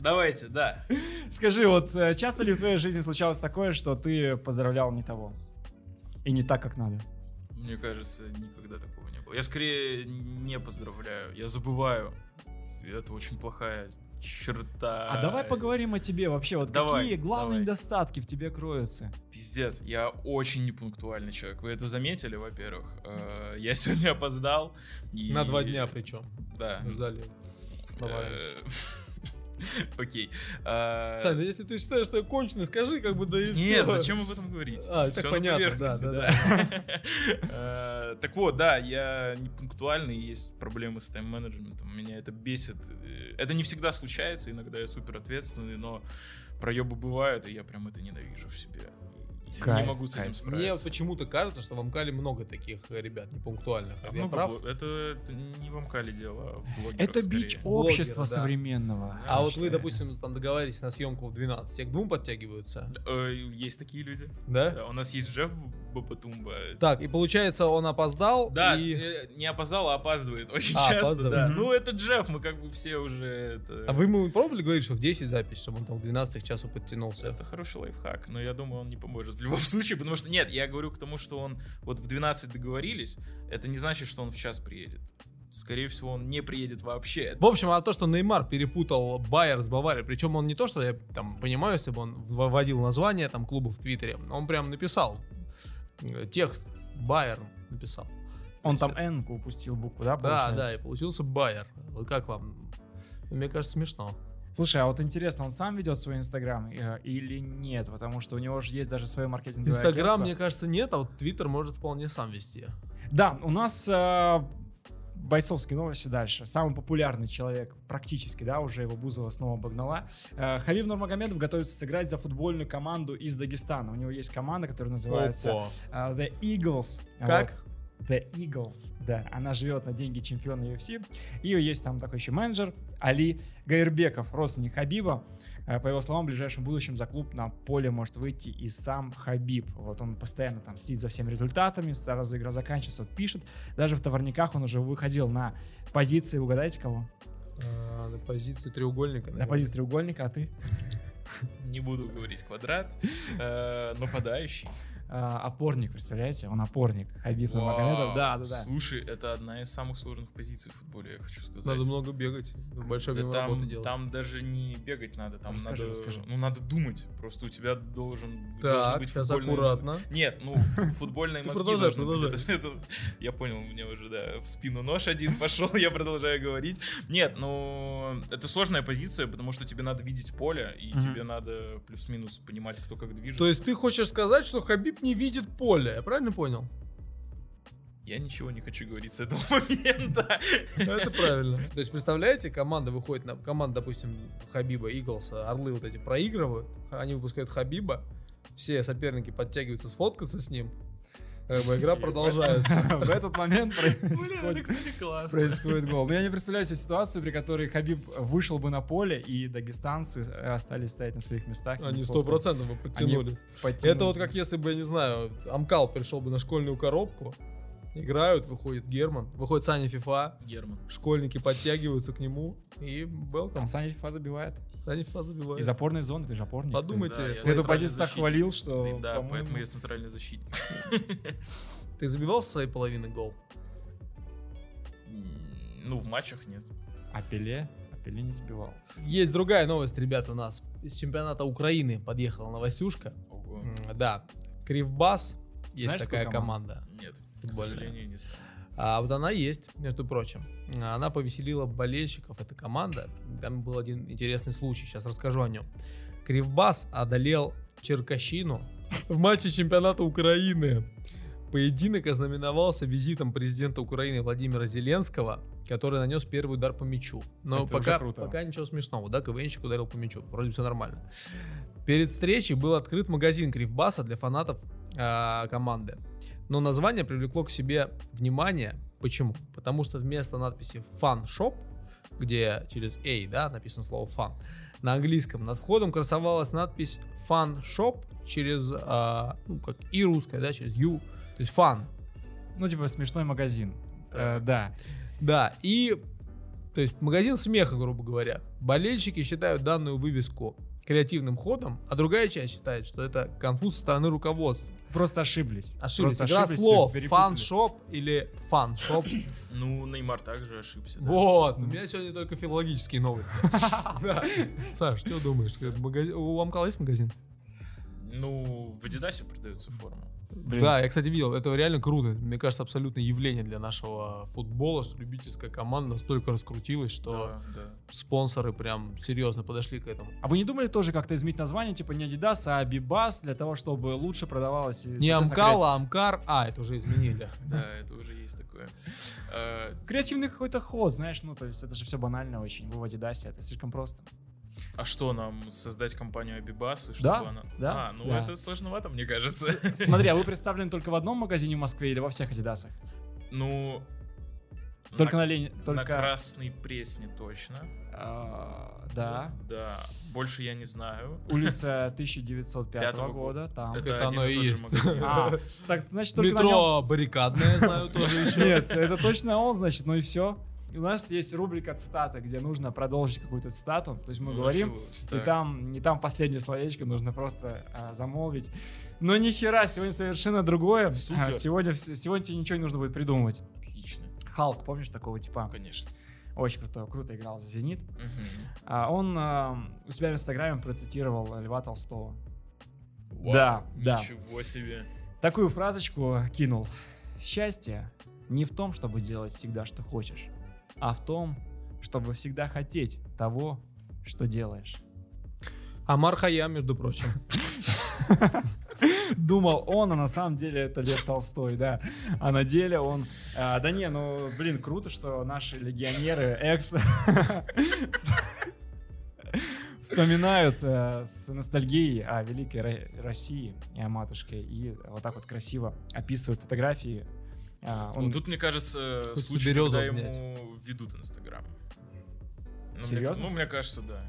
Speaker 3: Давайте, да.
Speaker 1: Скажи, вот э, часто ли в твоей жизни случалось такое, что ты поздравлял не того? И не так, как надо.
Speaker 3: Мне кажется, никогда такого не было. Я скорее не поздравляю, я забываю. Это очень плохая черта.
Speaker 1: А давай поговорим о тебе вообще. Вот
Speaker 3: Давай,
Speaker 1: какие главные
Speaker 3: давай.
Speaker 1: недостатки в тебе кроются?
Speaker 3: Пиздец, я очень непунктуальный человек. Вы это заметили, во-первых. Э, Я сегодня опоздал. и-
Speaker 2: На два дня причем.
Speaker 3: Да.
Speaker 2: Ждали. Баварию.
Speaker 3: Э, Окей. Э,
Speaker 2: Саня, если ты считаешь, что я конченый, скажи, как бы да и
Speaker 3: Нет,
Speaker 2: всё.
Speaker 3: зачем об этом говорить?
Speaker 2: А, так
Speaker 3: Всё на
Speaker 2: понятно,
Speaker 3: поверхности,
Speaker 2: да, да,
Speaker 3: да. Э, Так вот, да, я не пунктуальный, есть проблемы с тайм-менеджментом, меня это бесит. Э, Это не всегда случается, иногда я супер ответственный, но проебы бывают, и я прям это ненавижу в себе. И Не
Speaker 1: Кайф,
Speaker 3: могу с
Speaker 2: Мне
Speaker 3: этим
Speaker 2: вот
Speaker 3: справиться.
Speaker 2: почему-то кажется, что в Амкале много таких э, ребят непунктуальных.
Speaker 3: А
Speaker 2: Я
Speaker 3: много
Speaker 2: прав?
Speaker 3: бл- Это, это не в Амкале дело, а в блогерах
Speaker 1: Это
Speaker 3: скорее.
Speaker 1: бич общества
Speaker 2: Блогеры, да.
Speaker 1: современного. э,
Speaker 2: А
Speaker 1: я
Speaker 2: вот вы,
Speaker 1: считаю.
Speaker 2: допустим, там договариваетесь на съемку в 12, все к двум подтягиваются,
Speaker 3: Э, Есть такие люди.
Speaker 2: да?
Speaker 3: Да, У нас есть Джефф Бапатумба.
Speaker 2: Так, и получается, он опоздал,
Speaker 3: Да,
Speaker 2: и...
Speaker 3: э, не опоздал, а опаздывает очень
Speaker 2: А,
Speaker 3: часто,
Speaker 2: опаздывает.
Speaker 3: да.
Speaker 1: Мгм.
Speaker 3: Ну, это Джефф, мы как бы все уже... Это,
Speaker 2: А вы ему пробовали говорить, что в 10 запись, чтобы он там в 12 к часу подтянулся?
Speaker 3: это хороший лайфхак, но я думаю, он не поможет в любом случае, потому что, нет, я говорю к тому, что он вот в 12 договорились, это не значит, что он в час приедет. Скорее всего, он не приедет вообще.
Speaker 2: В общем, а то, что Неймар перепутал Байер с Баварией, причем он не то, что я там понимаю, если бы он вводил название там клуба в Твиттере, он прям написал э, текст Байер написал.
Speaker 1: Он там N упустил букву, да,
Speaker 2: Да,
Speaker 1: получается?
Speaker 2: да, и получился Байер. Вот как вам? Мне кажется, смешно.
Speaker 1: Слушай, а вот интересно, он сам ведет свой Инстаграм э, или нет? Потому что у него же есть даже свое маркетинговое
Speaker 2: Инстаграм,
Speaker 1: агентство.
Speaker 2: мне кажется, нет, а вот Твиттер может вполне сам вести.
Speaker 1: Да, у нас э, бойцовские новости дальше. Самый популярный человек, практически, да, уже его Бузова снова обогнала. Э, Хабиб Нурмагомедов готовится сыграть за футбольную команду из Дагестана. У него есть команда, которая называется
Speaker 2: Опа.
Speaker 1: э, The Eagles. А
Speaker 2: Как?
Speaker 1: Вот, The Eagles, да. Она живет на деньги чемпиона UFC. И есть там такой еще менеджер Али Гайрбеков, родственник Хабиба. Э, По его словам, в ближайшем будущем за клуб на поле может выйти и сам Хабиб. Вот он постоянно там следит за всеми результатами, сразу игра заканчивается, вот пишет. Даже в товарниках он уже выходил на позиции, угадайте кого?
Speaker 2: А, на позиции треугольника.
Speaker 1: На
Speaker 2: наверное.
Speaker 1: позиции треугольника, а ты?
Speaker 3: Не буду говорить квадрат, э, нападающий.
Speaker 1: А, опорник, представляете? Он опорник. Хабиб
Speaker 3: Вау,
Speaker 1: Нурмагомедов. Да, да, да.
Speaker 3: Слушай, это одна из самых сложных позиций в футболе, я хочу сказать.
Speaker 2: Надо много бегать, большой
Speaker 3: Да
Speaker 2: объем работы
Speaker 3: там,
Speaker 2: делать.
Speaker 3: там даже не бегать надо, там
Speaker 1: Расскажи,
Speaker 3: надо,
Speaker 1: расскажи.
Speaker 3: ну надо думать. Просто у тебя должен, должен
Speaker 2: так,
Speaker 3: быть
Speaker 2: сейчас
Speaker 3: футбольный-
Speaker 2: аккуратно.
Speaker 3: Нет, ну ф- футбольные
Speaker 2: Ты
Speaker 3: мозги
Speaker 2: продолжай,
Speaker 3: должны быть. Это- это- Я понял, у меня уже да в спину нож один пошел, я продолжаю говорить. Нет, ну это сложная позиция, потому что тебе надо видеть поле и
Speaker 1: Мгм.
Speaker 3: тебе надо плюс-минус понимать, кто как
Speaker 2: То
Speaker 3: движется.
Speaker 2: есть ты хочешь сказать, что Хабиб не видит поле, я правильно понял?
Speaker 3: Я ничего не хочу говорить с этого момента.
Speaker 2: Это правильно. То есть, представляете, команда выходит на... Команда, допустим, Хабиба, Иглса, Орлы вот эти проигрывают, они выпускают Хабиба, все соперники подтягиваются сфоткаться с ним, как бы игра продолжается.
Speaker 1: В этот момент происходит
Speaker 3: кстати, классно.
Speaker 1: происходит гол. Но я не представляю себе ситуацию, при которой Хабиб вышел бы на поле, и дагестанцы э, остались стоять на своих местах.
Speaker 2: Они сто процентов бы подтянулись. Это вот как если бы, я не знаю, Амкал пришел бы на школьную коробку, играют, выходит Герман, выходит Саня Фифа,
Speaker 3: Герман.
Speaker 2: школьники подтягиваются к нему, и welcome.
Speaker 1: А Саня Фифа забивает.
Speaker 2: Саня Фифа
Speaker 1: Из
Speaker 2: забивает.
Speaker 1: опорной зоны, ты же опорник.
Speaker 2: Подумай.
Speaker 3: Да, я
Speaker 2: Эту
Speaker 1: Ты эту
Speaker 3: центральный
Speaker 1: позицию так
Speaker 3: защитник.
Speaker 1: хвалил, что...
Speaker 3: Да,
Speaker 1: по-моему,
Speaker 3: поэтому я центральный защитник.
Speaker 2: Ты забивал со своей половины гол?
Speaker 3: М, Ну, в матчах нет.
Speaker 1: А Пеле? А Пеле не забивал.
Speaker 2: Есть другая новость, ребят, у нас. Из чемпионата Украины подъехала новостюшка.
Speaker 3: Ого.
Speaker 2: М, Да, Кривбас. Есть
Speaker 1: Знаешь,
Speaker 2: такая
Speaker 1: какую
Speaker 2: команда.
Speaker 3: Нет, к
Speaker 2: Футбольная.
Speaker 3: сожалению, не знаю.
Speaker 2: А вот она есть, между прочим. А Она повеселила болельщиков, эта команда. Там был один интересный случай, сейчас расскажу о нем. Кривбас одолел Черкащину в матче чемпионата Украины. Поединок ознаменовался визитом президента Украины Владимира Зеленского, который нанес первый удар по мячу. Но
Speaker 1: Это
Speaker 2: пока,
Speaker 1: уже круто.
Speaker 2: пока ничего смешного, да, КВНщик ударил по мячу, вроде все нормально. Перед встречей был открыт магазин Кривбаса для фанатов а, команды. Но название привлекло к себе внимание. Почему? Потому что вместо надписи «фан-шоп», где через «a», да, написано слово «фан», на английском над входом красовалась надпись «фан-шоп» через, а, ну, как и русская, да, через «ю», то есть «фан».
Speaker 1: Ну, типа, смешной магазин. Э,
Speaker 3: Так.
Speaker 1: да.
Speaker 2: Да, и, то есть, магазин смеха, грубо говоря. Болельщики считают данную вывеску креативным ходом, а другая часть считает, что это конфуз со стороны руководства.
Speaker 1: Просто ошиблись.
Speaker 2: Ошиблись.
Speaker 1: Просто
Speaker 2: Игра
Speaker 1: ошиблись,
Speaker 2: слов.
Speaker 1: перепутали.
Speaker 2: Фан-шоп или фан-шоп.
Speaker 3: Ну, Неймар также ошибся. да.
Speaker 2: Вот. У меня сегодня только филологические новости.
Speaker 1: А
Speaker 2: Да. Саш, что думаешь? Ты магази- У Амкала есть магазин?
Speaker 3: Ну, в Адидасе продается форма.
Speaker 1: Блин.
Speaker 2: Да, я, кстати, видел. Это реально круто. Мне кажется, абсолютное явление для нашего футбола, что любительская команда настолько раскрутилась, что
Speaker 3: Да, да.
Speaker 2: спонсоры прям серьезно подошли к этому.
Speaker 1: А вы не думали тоже как-то изменить название, типа не Adidas, а Abibas, для того, чтобы лучше продавалось? и,
Speaker 2: Не
Speaker 1: соответственно,
Speaker 2: Амкал, а Амкар. А, это уже изменили.
Speaker 3: Да, это уже есть такое. Э,
Speaker 1: креатив- Креативный какой-то ход, знаешь, ну, то есть это же все банально очень. Вы в Adidas, это слишком просто.
Speaker 3: А что нам, создать компанию Абибас? И чтобы
Speaker 1: Да,
Speaker 3: она...
Speaker 1: да,
Speaker 3: А, ну
Speaker 1: да.
Speaker 3: это сложновато, мне кажется.
Speaker 1: Смотри, а вы представлены только в одном магазине в Москве или во всех Адидасах?
Speaker 3: Ну...
Speaker 1: Только
Speaker 3: на,
Speaker 1: на Ленин,
Speaker 3: на
Speaker 1: только...
Speaker 3: красный пресс не точно.
Speaker 1: А, Да.
Speaker 3: Да. Больше я не знаю.
Speaker 1: Улица 1905
Speaker 3: Пятого
Speaker 1: года, там.
Speaker 3: Это
Speaker 2: Это
Speaker 3: один
Speaker 2: оно
Speaker 3: и
Speaker 2: и
Speaker 3: тот же
Speaker 2: есть.
Speaker 3: магазин.
Speaker 1: А, так, значит, только на нём.
Speaker 2: Метро баррикадное, знаю, тоже еще.
Speaker 1: Нет, это точно он, значит, ну и все. У нас есть рубрика цитаты, где нужно продолжить какую-то цитату. То есть мы
Speaker 3: Ну,
Speaker 1: говорим,
Speaker 3: началось.
Speaker 1: и
Speaker 3: Так.
Speaker 1: там, не там последнее словечко, нужно просто а, замолвить. Но ни хера, сегодня совершенно другое.
Speaker 3: Супер.
Speaker 1: А, сегодня, вс- сегодня тебе ничего не нужно будет придумывать.
Speaker 3: Отлично,
Speaker 1: Халк, помнишь такого типа?
Speaker 3: конечно.
Speaker 1: Очень круто, круто играл за Зенит.
Speaker 3: Мгм.
Speaker 1: А, он а, у себя в Инстаграме процитировал Льва Толстого.
Speaker 3: Вау,
Speaker 1: Да, да.
Speaker 3: Ничего себе.
Speaker 1: Такую фразочку кинул. Счастье не в том, чтобы делать всегда, что хочешь, а в том, чтобы всегда хотеть того, что делаешь.
Speaker 2: Амар Хаям, между прочим.
Speaker 1: Думал он, а на самом деле это Лев Толстой, да. А на деле он... а, да не, ну, блин, круто, что наши легионеры экс вспоминают э, с ностальгией о великой Ро- России, э, матушке, и вот так вот красиво описывают фотографии. А, он-
Speaker 3: Ну, тут, мне кажется,
Speaker 2: Хочется
Speaker 3: случай,
Speaker 2: березу
Speaker 3: когда
Speaker 2: обнять.
Speaker 3: ему ведут Инстаграм. Ну, мне-
Speaker 1: Серьезно?
Speaker 3: ну, мне кажется, да.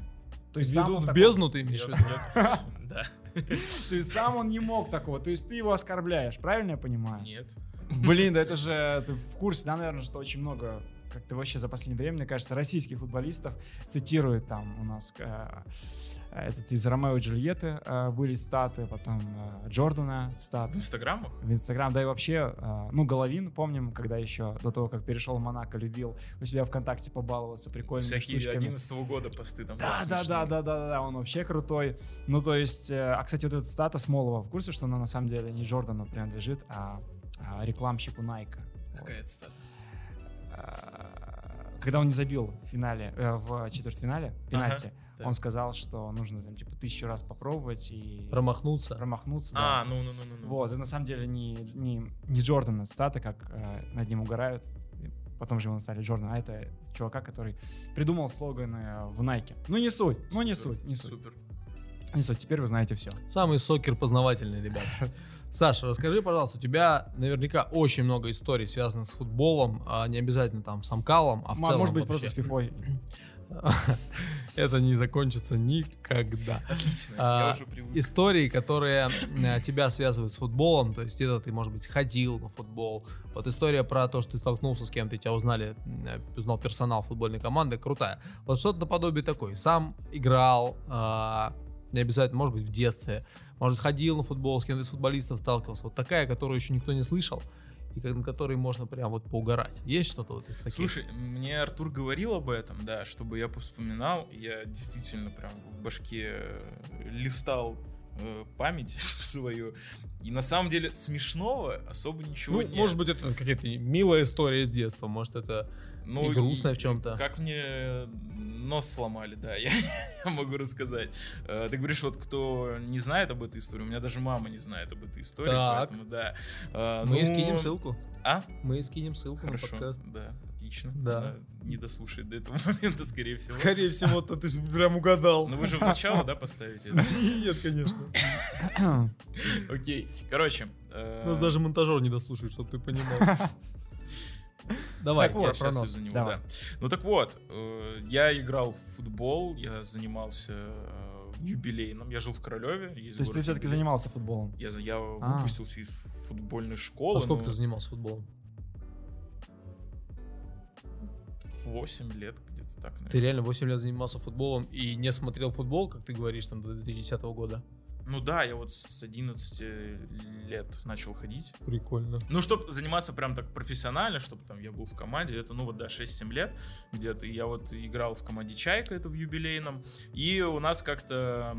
Speaker 1: то есть сам он
Speaker 2: Ведут в
Speaker 1: такой-
Speaker 2: бездну, ты имеешь в виду?
Speaker 3: Я- я- Да.
Speaker 1: То есть сам он не мог такого. То есть ты его оскорбляешь, правильно я понимаю?
Speaker 3: Нет.
Speaker 1: Блин, да это же ты в курсе, да, наверное, что очень много как-то вообще за последнее время, мне кажется, российских футболистов цитируют там у нас э, этот из Ромео и Джульетты э, были статы, потом э, Джордана
Speaker 3: В
Speaker 1: статы
Speaker 3: Инстаграмах?
Speaker 1: в Инстаграм, да и вообще, э, ну, Головин, помним, когда еще до того, как перешел в Монако, любил у себя ВКонтакте побаловаться прикольными
Speaker 3: Всякие
Speaker 1: штучками.
Speaker 3: 11 года посты там.
Speaker 1: Да, да,
Speaker 3: были
Speaker 1: да,
Speaker 3: смешные.
Speaker 1: да, да, да, он вообще крутой. Ну, то есть, э, а кстати, вот эта стата Смолова, в курсе, что она на самом деле не Джордану принадлежит, а, а рекламщику Найка.
Speaker 3: Какая цитата?
Speaker 1: А, Когда он не забил в финале, э, в четвертьфинале пенальти,
Speaker 3: так.
Speaker 1: он сказал, что нужно там типа тысячу раз попробовать и
Speaker 2: Промахнуться.
Speaker 1: промахнуться. да.
Speaker 3: А, ну, ну, ну, ну, ну.
Speaker 1: Вот, и на самом деле не, не, не Джордан эта стата, как э, над ним угорают. И Потом же его стали Джордан, а это чувака, который придумал слоганы э, в Найке. Ну не суть, ну не
Speaker 3: Супер,
Speaker 1: суть, не суть.
Speaker 3: Супер.
Speaker 1: Не суть, Ну, теперь вы знаете все.
Speaker 2: Самый сокер познавательный, ребят. Саша, расскажи, пожалуйста, у тебя наверняка очень много историй, связанных с футболом, а не обязательно там с Амкалом, а в целом
Speaker 1: Может быть,
Speaker 2: вообще.
Speaker 1: просто с фифой.
Speaker 2: Это не закончится никогда.
Speaker 3: Отлично.
Speaker 2: А,
Speaker 3: Я уже привык.
Speaker 2: Истории, которые э, тебя связывают с футболом, то есть где-то ты, может быть, ходил на футбол. Вот история про то, что ты столкнулся с кем-то, и тебя узнали, э, узнал персонал футбольной команды, крутая. Вот что-то наподобие такой. Сам играл, э, не обязательно, может быть, в детстве, может, ходил на футбол, с кем-то из футболистов сталкивался. Вот такая, которую еще никто не слышал, и как- на которой можно прям вот поугарать. Есть что-то вот из таких?
Speaker 3: Слушай, мне Артур говорил об этом, да, чтобы я повспоминал. Я действительно прям в башке э, листал э, память свою. И на самом деле смешного особо ничего
Speaker 2: Ну,
Speaker 3: нет.
Speaker 2: может быть, это какие-то милая история из детства, может, это
Speaker 3: Ну,
Speaker 2: И грустная в чём-то.
Speaker 3: Как мне нос сломали, да, я, я могу рассказать. Э, Ты говоришь, вот кто не знает об этой истории, у меня даже мама не знает об этой истории,
Speaker 2: Так.
Speaker 3: поэтому да. Э,
Speaker 2: Мы
Speaker 3: ну,
Speaker 2: скинем ссылку.
Speaker 3: А?
Speaker 2: Мы скинем ссылку на
Speaker 3: Хорошо,
Speaker 2: подкаст.
Speaker 3: да, отлично.
Speaker 2: Да.
Speaker 3: Она не дослушает до этого момента, скорее всего.
Speaker 2: Скорее всего, то ты ж прям угадал.
Speaker 3: Но Ну, вы же в начало, да, поставите? это?
Speaker 2: Нет, конечно.
Speaker 3: Окей, короче. э,
Speaker 2: Нас Ну, даже монтажер не дослушает, чтобы ты понимал. Давай,
Speaker 3: Так
Speaker 2: я
Speaker 3: вот,
Speaker 2: про
Speaker 3: счастлив
Speaker 2: нос.
Speaker 3: за него,
Speaker 1: Давай.
Speaker 3: да. Ну так вот, э, я играл в футбол, я занимался э, в юбилейном, я жил в Королеве.
Speaker 1: То есть ты все-таки занимался футболом?
Speaker 3: Я, за- я
Speaker 1: А.
Speaker 3: выпустился из футбольной школы.
Speaker 2: А сколько
Speaker 3: ну,
Speaker 2: ты занимался футболом?
Speaker 3: в 8 лет где-то так, наверное.
Speaker 2: Ты реально 8 лет занимался футболом и не смотрел футбол, как ты говоришь, там до 2010 года.
Speaker 3: Ну да, я вот с 11 лет начал ходить.
Speaker 2: Прикольно.
Speaker 3: Ну, чтобы заниматься прям так профессионально, чтобы там я был в команде, это, ну, вот, да, 6-7 лет где-то. И я вот играл в команде «Чайка», это в юбилейном. И у нас как-то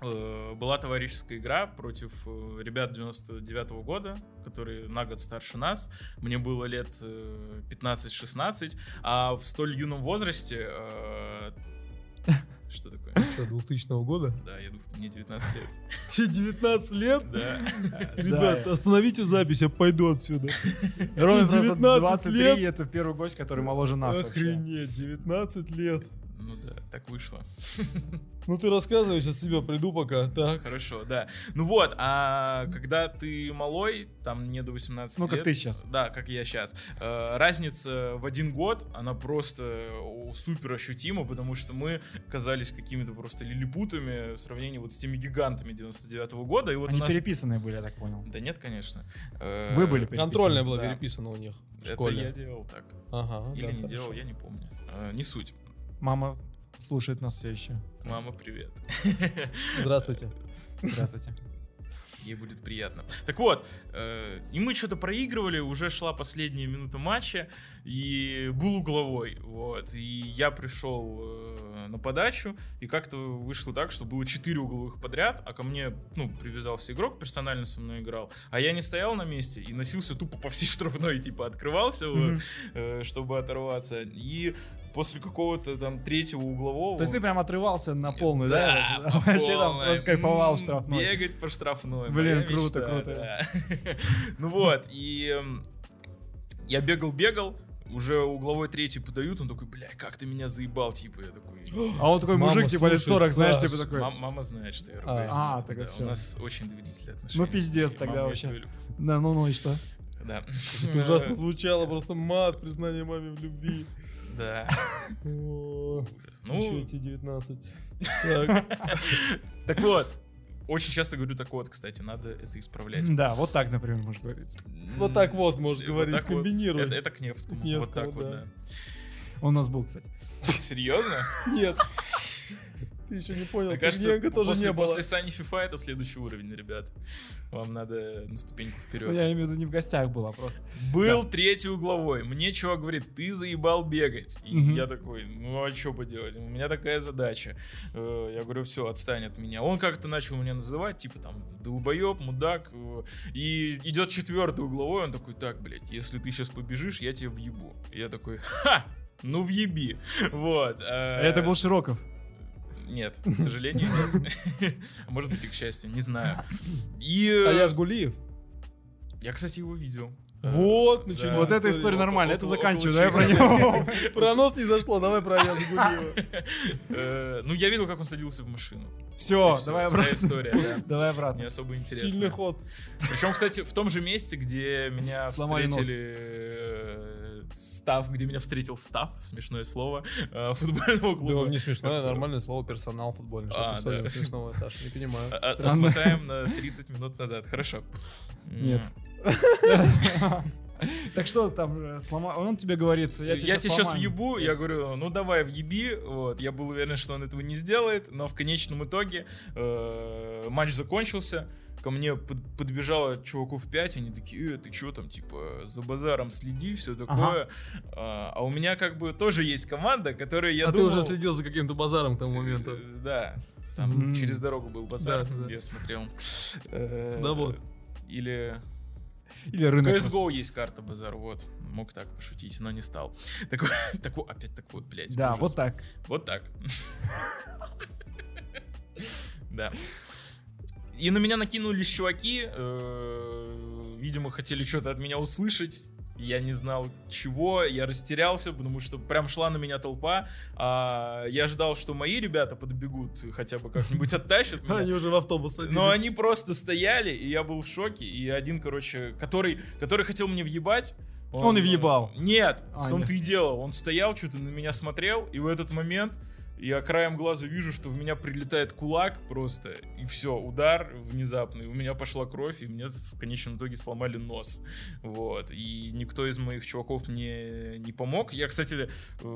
Speaker 3: э, была товарищеская игра против э, ребят 99-го года, которые на год старше нас. Мне было лет э, 15-16, а в столь юном возрасте... э, Что такое?
Speaker 2: Что, 2000 года?
Speaker 3: Да, я думаю, мне 19 лет.
Speaker 2: Тебе 19 лет?
Speaker 3: Да.
Speaker 2: Ребят, остановите запись, я пойду отсюда.
Speaker 1: Ровно
Speaker 2: Тебе 19 лет?
Speaker 1: это первый гость, который моложе нас вообще.
Speaker 2: Охренеть, 19 лет.
Speaker 3: Ну да, так вышло.
Speaker 2: Ну ты рассказывай, сейчас себя приду пока. Так.
Speaker 3: Хорошо, да. Ну вот, а когда ты малой, там не до 18
Speaker 1: Ну,
Speaker 3: лет.
Speaker 1: как ты сейчас.
Speaker 3: Да, как я сейчас. э, Разница в один год, она просто о, супер ощутима, потому что мы казались какими-то просто лилипутами в сравнении вот с теми гигантами 99-го года. И вот у
Speaker 1: Они
Speaker 3: нас...
Speaker 1: переписанные были, я так понял.
Speaker 3: Да нет, конечно. Э,
Speaker 1: Вы были переписаны.
Speaker 2: Контрольная была
Speaker 3: Да.
Speaker 2: переписана у них в
Speaker 3: Это я
Speaker 2: школе.
Speaker 3: делал так.
Speaker 1: Ну
Speaker 2: Ага,
Speaker 3: Или
Speaker 2: да,
Speaker 3: не
Speaker 2: хорошо.
Speaker 3: делал, я не помню. Э, Не суть.
Speaker 1: Мама слушает нас все еще.
Speaker 3: Мама, привет.
Speaker 2: Здравствуйте.
Speaker 1: Здравствуйте.
Speaker 3: Ей будет приятно. Так вот, э, и мы что-то проигрывали, уже шла последняя минута матча, и был угловой, вот. И я пришел э, на подачу, и как-то вышло так, что было 4 угловых подряд, а ко мне, ну, привязался игрок, персонально со мной играл, а я не стоял на месте и носился тупо по всей штрафной, типа, открывался, вот,
Speaker 1: Мгм.
Speaker 3: э, чтобы оторваться. И после какого-то там третьего углового...
Speaker 1: То есть ты прям отрывался на полную, да?
Speaker 3: Да,
Speaker 1: вот,
Speaker 3: по
Speaker 1: Вообще там
Speaker 3: полной.
Speaker 1: просто кайфовал в
Speaker 3: М,
Speaker 1: штрафной.
Speaker 3: Бегать по штрафной.
Speaker 1: Блин,
Speaker 3: моя
Speaker 1: круто,
Speaker 3: мечта,
Speaker 1: круто.
Speaker 3: да. Ну вот, и эм, я бегал-бегал, уже угловой третий подают, он такой, бля, как ты меня заебал, типа, я такой...
Speaker 1: А вот такой
Speaker 2: Мама
Speaker 1: мужик, типа лет 40,
Speaker 2: слушает,
Speaker 1: знаешь,
Speaker 2: Саш.
Speaker 1: типа такой.
Speaker 3: «Мам- Мама знает, что я ругаюсь.
Speaker 1: А,
Speaker 3: матом,
Speaker 1: тогда
Speaker 3: да,
Speaker 1: всё. Ну,
Speaker 3: У нас очень доверительные отношения.
Speaker 1: пиздец
Speaker 3: И
Speaker 1: тогда
Speaker 3: маму я
Speaker 1: вообще.
Speaker 3: тебя люблю.
Speaker 1: Да, ну ну и что?
Speaker 3: Да.
Speaker 2: Это ужасно звучало, просто мат, признание маме в любви.
Speaker 3: Да.
Speaker 2: О,
Speaker 3: Ну,
Speaker 2: Ничего тебе 19. Так,
Speaker 3: так вот. Очень часто говорю так вот, кстати, надо это исправлять.
Speaker 1: Да, вот так, например, можешь говорить.
Speaker 2: Вот так вот можешь
Speaker 3: Э, вот
Speaker 2: говорить,
Speaker 3: так вот.
Speaker 2: комбинировать.
Speaker 3: Это, это к Невскому.
Speaker 2: К Невскому,
Speaker 3: вот так
Speaker 2: да.
Speaker 3: вот,
Speaker 1: Он у нас был, кстати.
Speaker 3: да. Серьезно?
Speaker 2: Нет. Ты еще не понял,
Speaker 3: Мне кажется,
Speaker 2: Кирьенко тоже
Speaker 3: после,
Speaker 2: не было.
Speaker 3: после Сани Фифа это следующий уровень, ребят. Вам надо на ступеньку вперед.
Speaker 1: Я имею в виду не в гостях был, а просто.
Speaker 3: Был третий угловой. Мне чувак говорит, ты заебал бегать. И
Speaker 1: Мгм.
Speaker 3: я такой, ну а что поделать? У меня такая задача. Э, Я говорю, все, отстань от меня. Он как-то начал меня называть, типа там, долбоеб, мудак. э, И идет четвертый угловой, он такой, так, блядь, если ты сейчас побежишь, я тебе въебу. Я такой, ха! Ну въеби. Вот. э,
Speaker 1: Это был Широков.
Speaker 3: нет, к сожалению, нет. А Может быть, и к счастью, не знаю. И
Speaker 2: А
Speaker 3: э,
Speaker 2: я ж Гулиев.
Speaker 3: я, кстати, его видел. Э,
Speaker 2: Вот,
Speaker 3: Да.
Speaker 2: началось.
Speaker 1: Вот эта
Speaker 2: история.
Speaker 1: история нормальная, это
Speaker 3: Около-
Speaker 1: заканчиваю,
Speaker 3: около
Speaker 1: да, я про него.
Speaker 2: Про нос не зашло, давай про Аяза Гулиева.
Speaker 3: Э, Ну, я видел, как он садился в машину. И
Speaker 1: Все,
Speaker 3: всё,
Speaker 1: давай
Speaker 3: Вся
Speaker 1: обратно.
Speaker 3: история, да.
Speaker 1: Давай
Speaker 3: Не
Speaker 1: обратно.
Speaker 3: особо
Speaker 2: Сильный
Speaker 3: интересно.
Speaker 2: ход.
Speaker 3: Причем, кстати, в том же месте, где меня
Speaker 1: Сломали нос.
Speaker 3: встретили э, став, где меня встретил став, смешное слово, э, футбольного клуба.
Speaker 2: не смешно, нормальное слово персонал футбольный.
Speaker 3: Что А, ты смотришь, да.
Speaker 2: смешного, Саша, не
Speaker 3: А-
Speaker 2: понимаю.
Speaker 3: а-
Speaker 1: Странно.
Speaker 3: Отмотаем на 30 минут назад, хорошо.
Speaker 1: Нет. Так что там э, сломал? Он тебе говорит, я
Speaker 3: Я
Speaker 1: тебе
Speaker 3: тебе сейчас
Speaker 1: сейчас
Speaker 3: въебу, я говорю, ну давай въеби, вот, я был уверен, что он этого не сделает, но в конечном итоге э, матч закончился, ко мне под- подбежало чуваков 5, они такие, э, ты чё там, типа, за базаром следи, все такое, а, а у меня как бы тоже есть команда, которая, я
Speaker 2: А ты
Speaker 3: думал...
Speaker 2: уже следил за каким-то базаром к тому моменту.
Speaker 3: Э, Да, там
Speaker 1: М.
Speaker 3: через дорогу был базар,
Speaker 2: Да, да.
Speaker 3: где я смотрел. Э,
Speaker 2: Садовод.
Speaker 3: Или
Speaker 1: Или рынок.
Speaker 3: CSGO есть карта базар, вот. мог так пошутить, но не стал. Такой, такой опять такой, блядь.
Speaker 1: Да,
Speaker 3: ужас.
Speaker 1: вот так.
Speaker 3: Вот так. Да. И на меня накинулись чуваки, э, видимо, хотели что-то от меня услышать. Я не знал чего, я растерялся, потому что прям шла на меня толпа. А я ждал, что мои ребята подбегут, хотя бы как-нибудь оттащат меня.
Speaker 2: А, Они уже в автобус садились.
Speaker 3: Но они просто стояли, и я был в шоке. И один, короче, который, который хотел мне въебать.
Speaker 1: Он и въебал.
Speaker 3: э, Нет,
Speaker 1: А,
Speaker 3: в том-то
Speaker 1: нет.
Speaker 3: и дело. Он стоял, что-то на меня смотрел, и в этот момент я краем глаза вижу, что в меня прилетает кулак просто, и все, удар внезапный, у меня пошла кровь, и мне в конечном итоге сломали нос, вот, и никто из моих чуваков мне не помог, я, кстати, э,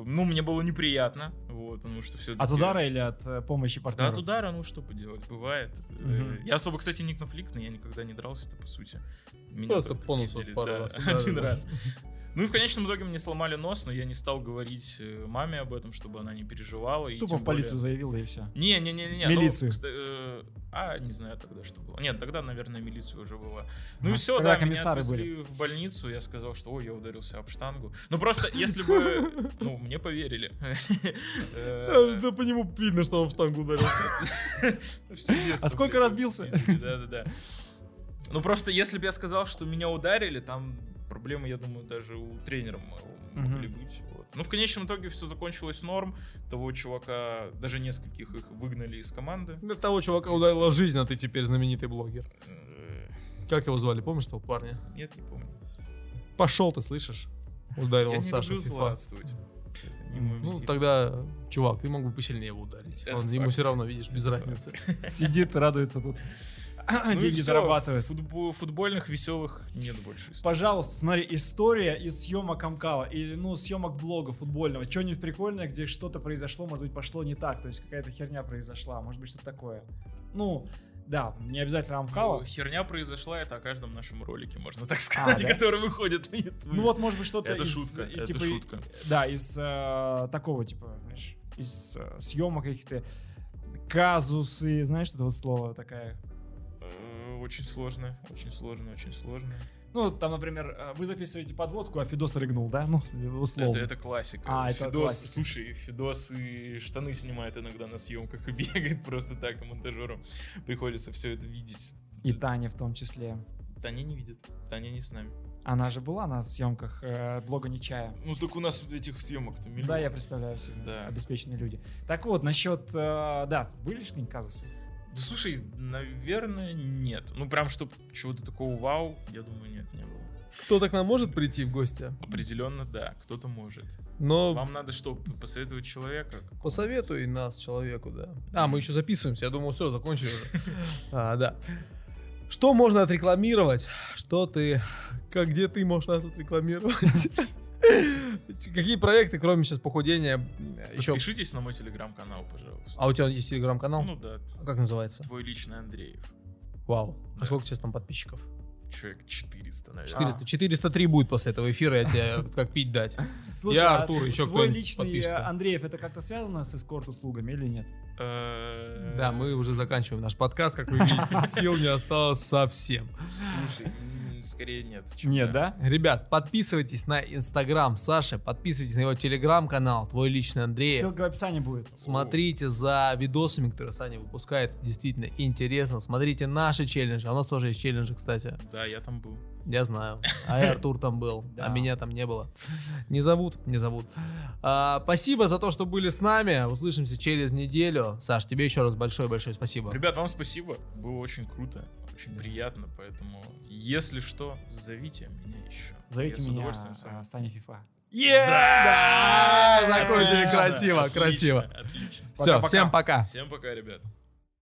Speaker 3: ну, мне было неприятно, вот, потому что все
Speaker 1: От удара или от э, помощи
Speaker 3: да,
Speaker 1: партнера?
Speaker 3: от удара, ну что поделать, бывает.
Speaker 1: Мгм.
Speaker 3: Э, Я особо, кстати, не конфликтный, я никогда не дрался-то, по сути. Меня
Speaker 2: Просто
Speaker 3: только
Speaker 2: по носу
Speaker 3: пиздили,
Speaker 2: пару
Speaker 3: да,
Speaker 2: раз ударили.
Speaker 3: Один раз. Ну и в конечном итоге мне сломали нос, но я не стал говорить э, маме об этом, чтобы она не переживала. и
Speaker 1: Тупо
Speaker 3: тем
Speaker 1: в
Speaker 3: более-
Speaker 1: полицию заявил, да и все.
Speaker 3: не, не, не, не, не.
Speaker 1: Милицию.
Speaker 3: Ну, кста- э, а, не знаю тогда, что было. Нет, тогда, наверное, милиция уже была. Ну и
Speaker 1: Ага.
Speaker 3: все,
Speaker 1: Тогда
Speaker 3: да, меня
Speaker 1: комиссары
Speaker 3: отвезли в больницу, я сказал, что, ой, я ударился об штангу. Ну просто, если бы, ну, мне поверили. Э,
Speaker 2: А, Да по нему видно, что он в штангу ударился.
Speaker 3: Всё детство,
Speaker 1: А сколько
Speaker 3: блядь,
Speaker 1: разбился?
Speaker 3: пиздили, Да-да-да. Ну просто, если бы я сказал, что меня ударили, там проблемы, я думаю, даже у тренера моего могли
Speaker 1: Мгм.
Speaker 3: быть. вот. Ну, в конечном итоге все закончилось норм. Того чувака, даже нескольких их выгнали из команды.
Speaker 2: Для того чувака ударила жизнь, а ты теперь знаменитый блогер.
Speaker 3: Э,
Speaker 2: Как его звали, помнишь того парня?
Speaker 3: Нет, не помню.
Speaker 2: Пошел ты, слышишь? Ударил
Speaker 3: Я
Speaker 2: он
Speaker 3: не
Speaker 2: Сашу
Speaker 3: люблю
Speaker 2: в FIFA.
Speaker 3: злорадствовать. Это не мой
Speaker 2: Ну,
Speaker 3: стиль.
Speaker 2: тогда, чувак, ты мог бы посильнее его ударить.
Speaker 3: Это
Speaker 2: Он- ему
Speaker 3: факт.
Speaker 2: все равно, видишь, без разницы.
Speaker 1: Сидит, радуется тут.
Speaker 3: Ну и
Speaker 1: Деньги
Speaker 3: всё,
Speaker 1: зарабатывает.
Speaker 3: футбо- футбольных веселых нет больше. историй.
Speaker 1: Пожалуйста, смотри, история из съемок Амкала или, ну, съемок блога футбольного. Что-нибудь прикольное, где что-то произошло, может быть, пошло не так. То есть какая-то херня произошла, может быть, что-то такое. Ну, да, не обязательно
Speaker 3: Ну,
Speaker 1: Амкала.
Speaker 3: Херня произошла, это о каждом нашем ролике, можно так сказать,
Speaker 1: А, да?
Speaker 3: который выходит на YouTube.
Speaker 1: Ну вот, может быть, что-то
Speaker 3: это
Speaker 1: из,
Speaker 3: шутка,
Speaker 1: и,
Speaker 3: это
Speaker 1: типа, и-
Speaker 3: шутка.
Speaker 1: Да, из э, такого, типа, знаешь, из э, съемок каких-то казусы, знаешь, это вот слово такая.
Speaker 3: Э, Очень сложно, очень сложно, очень сложно.
Speaker 1: Ну, там, например, э, вы записываете подводку, а Фидос рыгнул, да? Ну, условно.
Speaker 3: Это, это классика.
Speaker 1: А, это
Speaker 3: Фидос-
Speaker 1: классика.
Speaker 3: Слушай, Фидос и штаны снимает иногда на съемках и бегает просто так, и монтажерам приходится все это видеть.
Speaker 1: И Таня в том числе.
Speaker 3: Таня не видит, Таня не с нами.
Speaker 1: Она же была на съемках э, блога Нечая.
Speaker 3: Ну так у нас этих съемок-то миллион.
Speaker 1: Да, я представляю себе.
Speaker 3: Да.
Speaker 1: Обеспеченные люди. Так вот, насчет... э, да, были же какие-нибудь казусы?
Speaker 3: Да слушай, наверное, нет. Ну прям, чтобы чего-то такого вау, я думаю, нет, не было.
Speaker 2: Кто-то к нам может прийти в гости,
Speaker 3: Определенно, да, кто-то может.
Speaker 2: но
Speaker 1: Ну,
Speaker 3: Вам надо что, п- посоветовать человека?
Speaker 2: посоветуй нас человеку, да. А, мы еще записываемся, я думал, все, закончили уже. А, да. Что можно отрекламировать? Что ты... Как, где ты можешь нас отрекламировать? Какие проекты, кроме сейчас похудения, еще...
Speaker 3: Подпишитесь на мой телеграм-канал, пожалуйста.
Speaker 2: А у тебя есть телеграм-канал? А
Speaker 3: Ну да,
Speaker 2: Как называется?
Speaker 3: твой личный Андреев.
Speaker 2: Вау. А
Speaker 3: Да. А.
Speaker 2: сколько сейчас там подписчиков?
Speaker 3: Человек 400, наверное.
Speaker 2: 400, 403 будет после этого эфира, я тебе как пить дать.
Speaker 1: Слушай,
Speaker 2: Я
Speaker 1: а
Speaker 2: Артур, еще
Speaker 1: твой
Speaker 2: кто-нибудь
Speaker 1: личный э,
Speaker 2: подпишется.
Speaker 1: Андреев, это как-то связано с эскорт-услугами или нет?
Speaker 3: А, Э,
Speaker 2: Да, мы уже заканчиваем наш подкаст, как вы видите, сил не осталось совсем.
Speaker 3: Слушай, м, скорее нет. чем
Speaker 1: Нет, да?
Speaker 2: Ребят, подписывайтесь на инстаграм Саши, подписывайтесь на его телеграм-канал, твой личный Андрей.
Speaker 1: Ссылка в описании будет.
Speaker 2: Смотрите за видосами, которые Саня выпускает, действительно интересно. Смотрите наши челленджи, а у нас тоже есть челленджи, кстати.
Speaker 3: Да, я там был.
Speaker 2: Я знаю. А и Артур там был, а
Speaker 1: Да.
Speaker 2: меня там не было. Не зовут, не зовут. А, спасибо за то, что были с нами. Услышимся через неделю. Саш, тебе еще раз большое-большое спасибо.
Speaker 3: Ребят, вам спасибо. Было очень круто, очень приятно. Поэтому, если что, зовите меня еще.
Speaker 1: Зовите
Speaker 3: я с
Speaker 1: меня,
Speaker 3: удовольствием с вами.
Speaker 1: э, Саня Фифа.
Speaker 2: Да!
Speaker 3: Да!
Speaker 2: Закончили
Speaker 3: Отлично,
Speaker 2: красиво, красиво.
Speaker 3: Отлично.
Speaker 2: Все,
Speaker 1: Пока-пока.
Speaker 2: всем пока.
Speaker 3: Всем пока, ребят.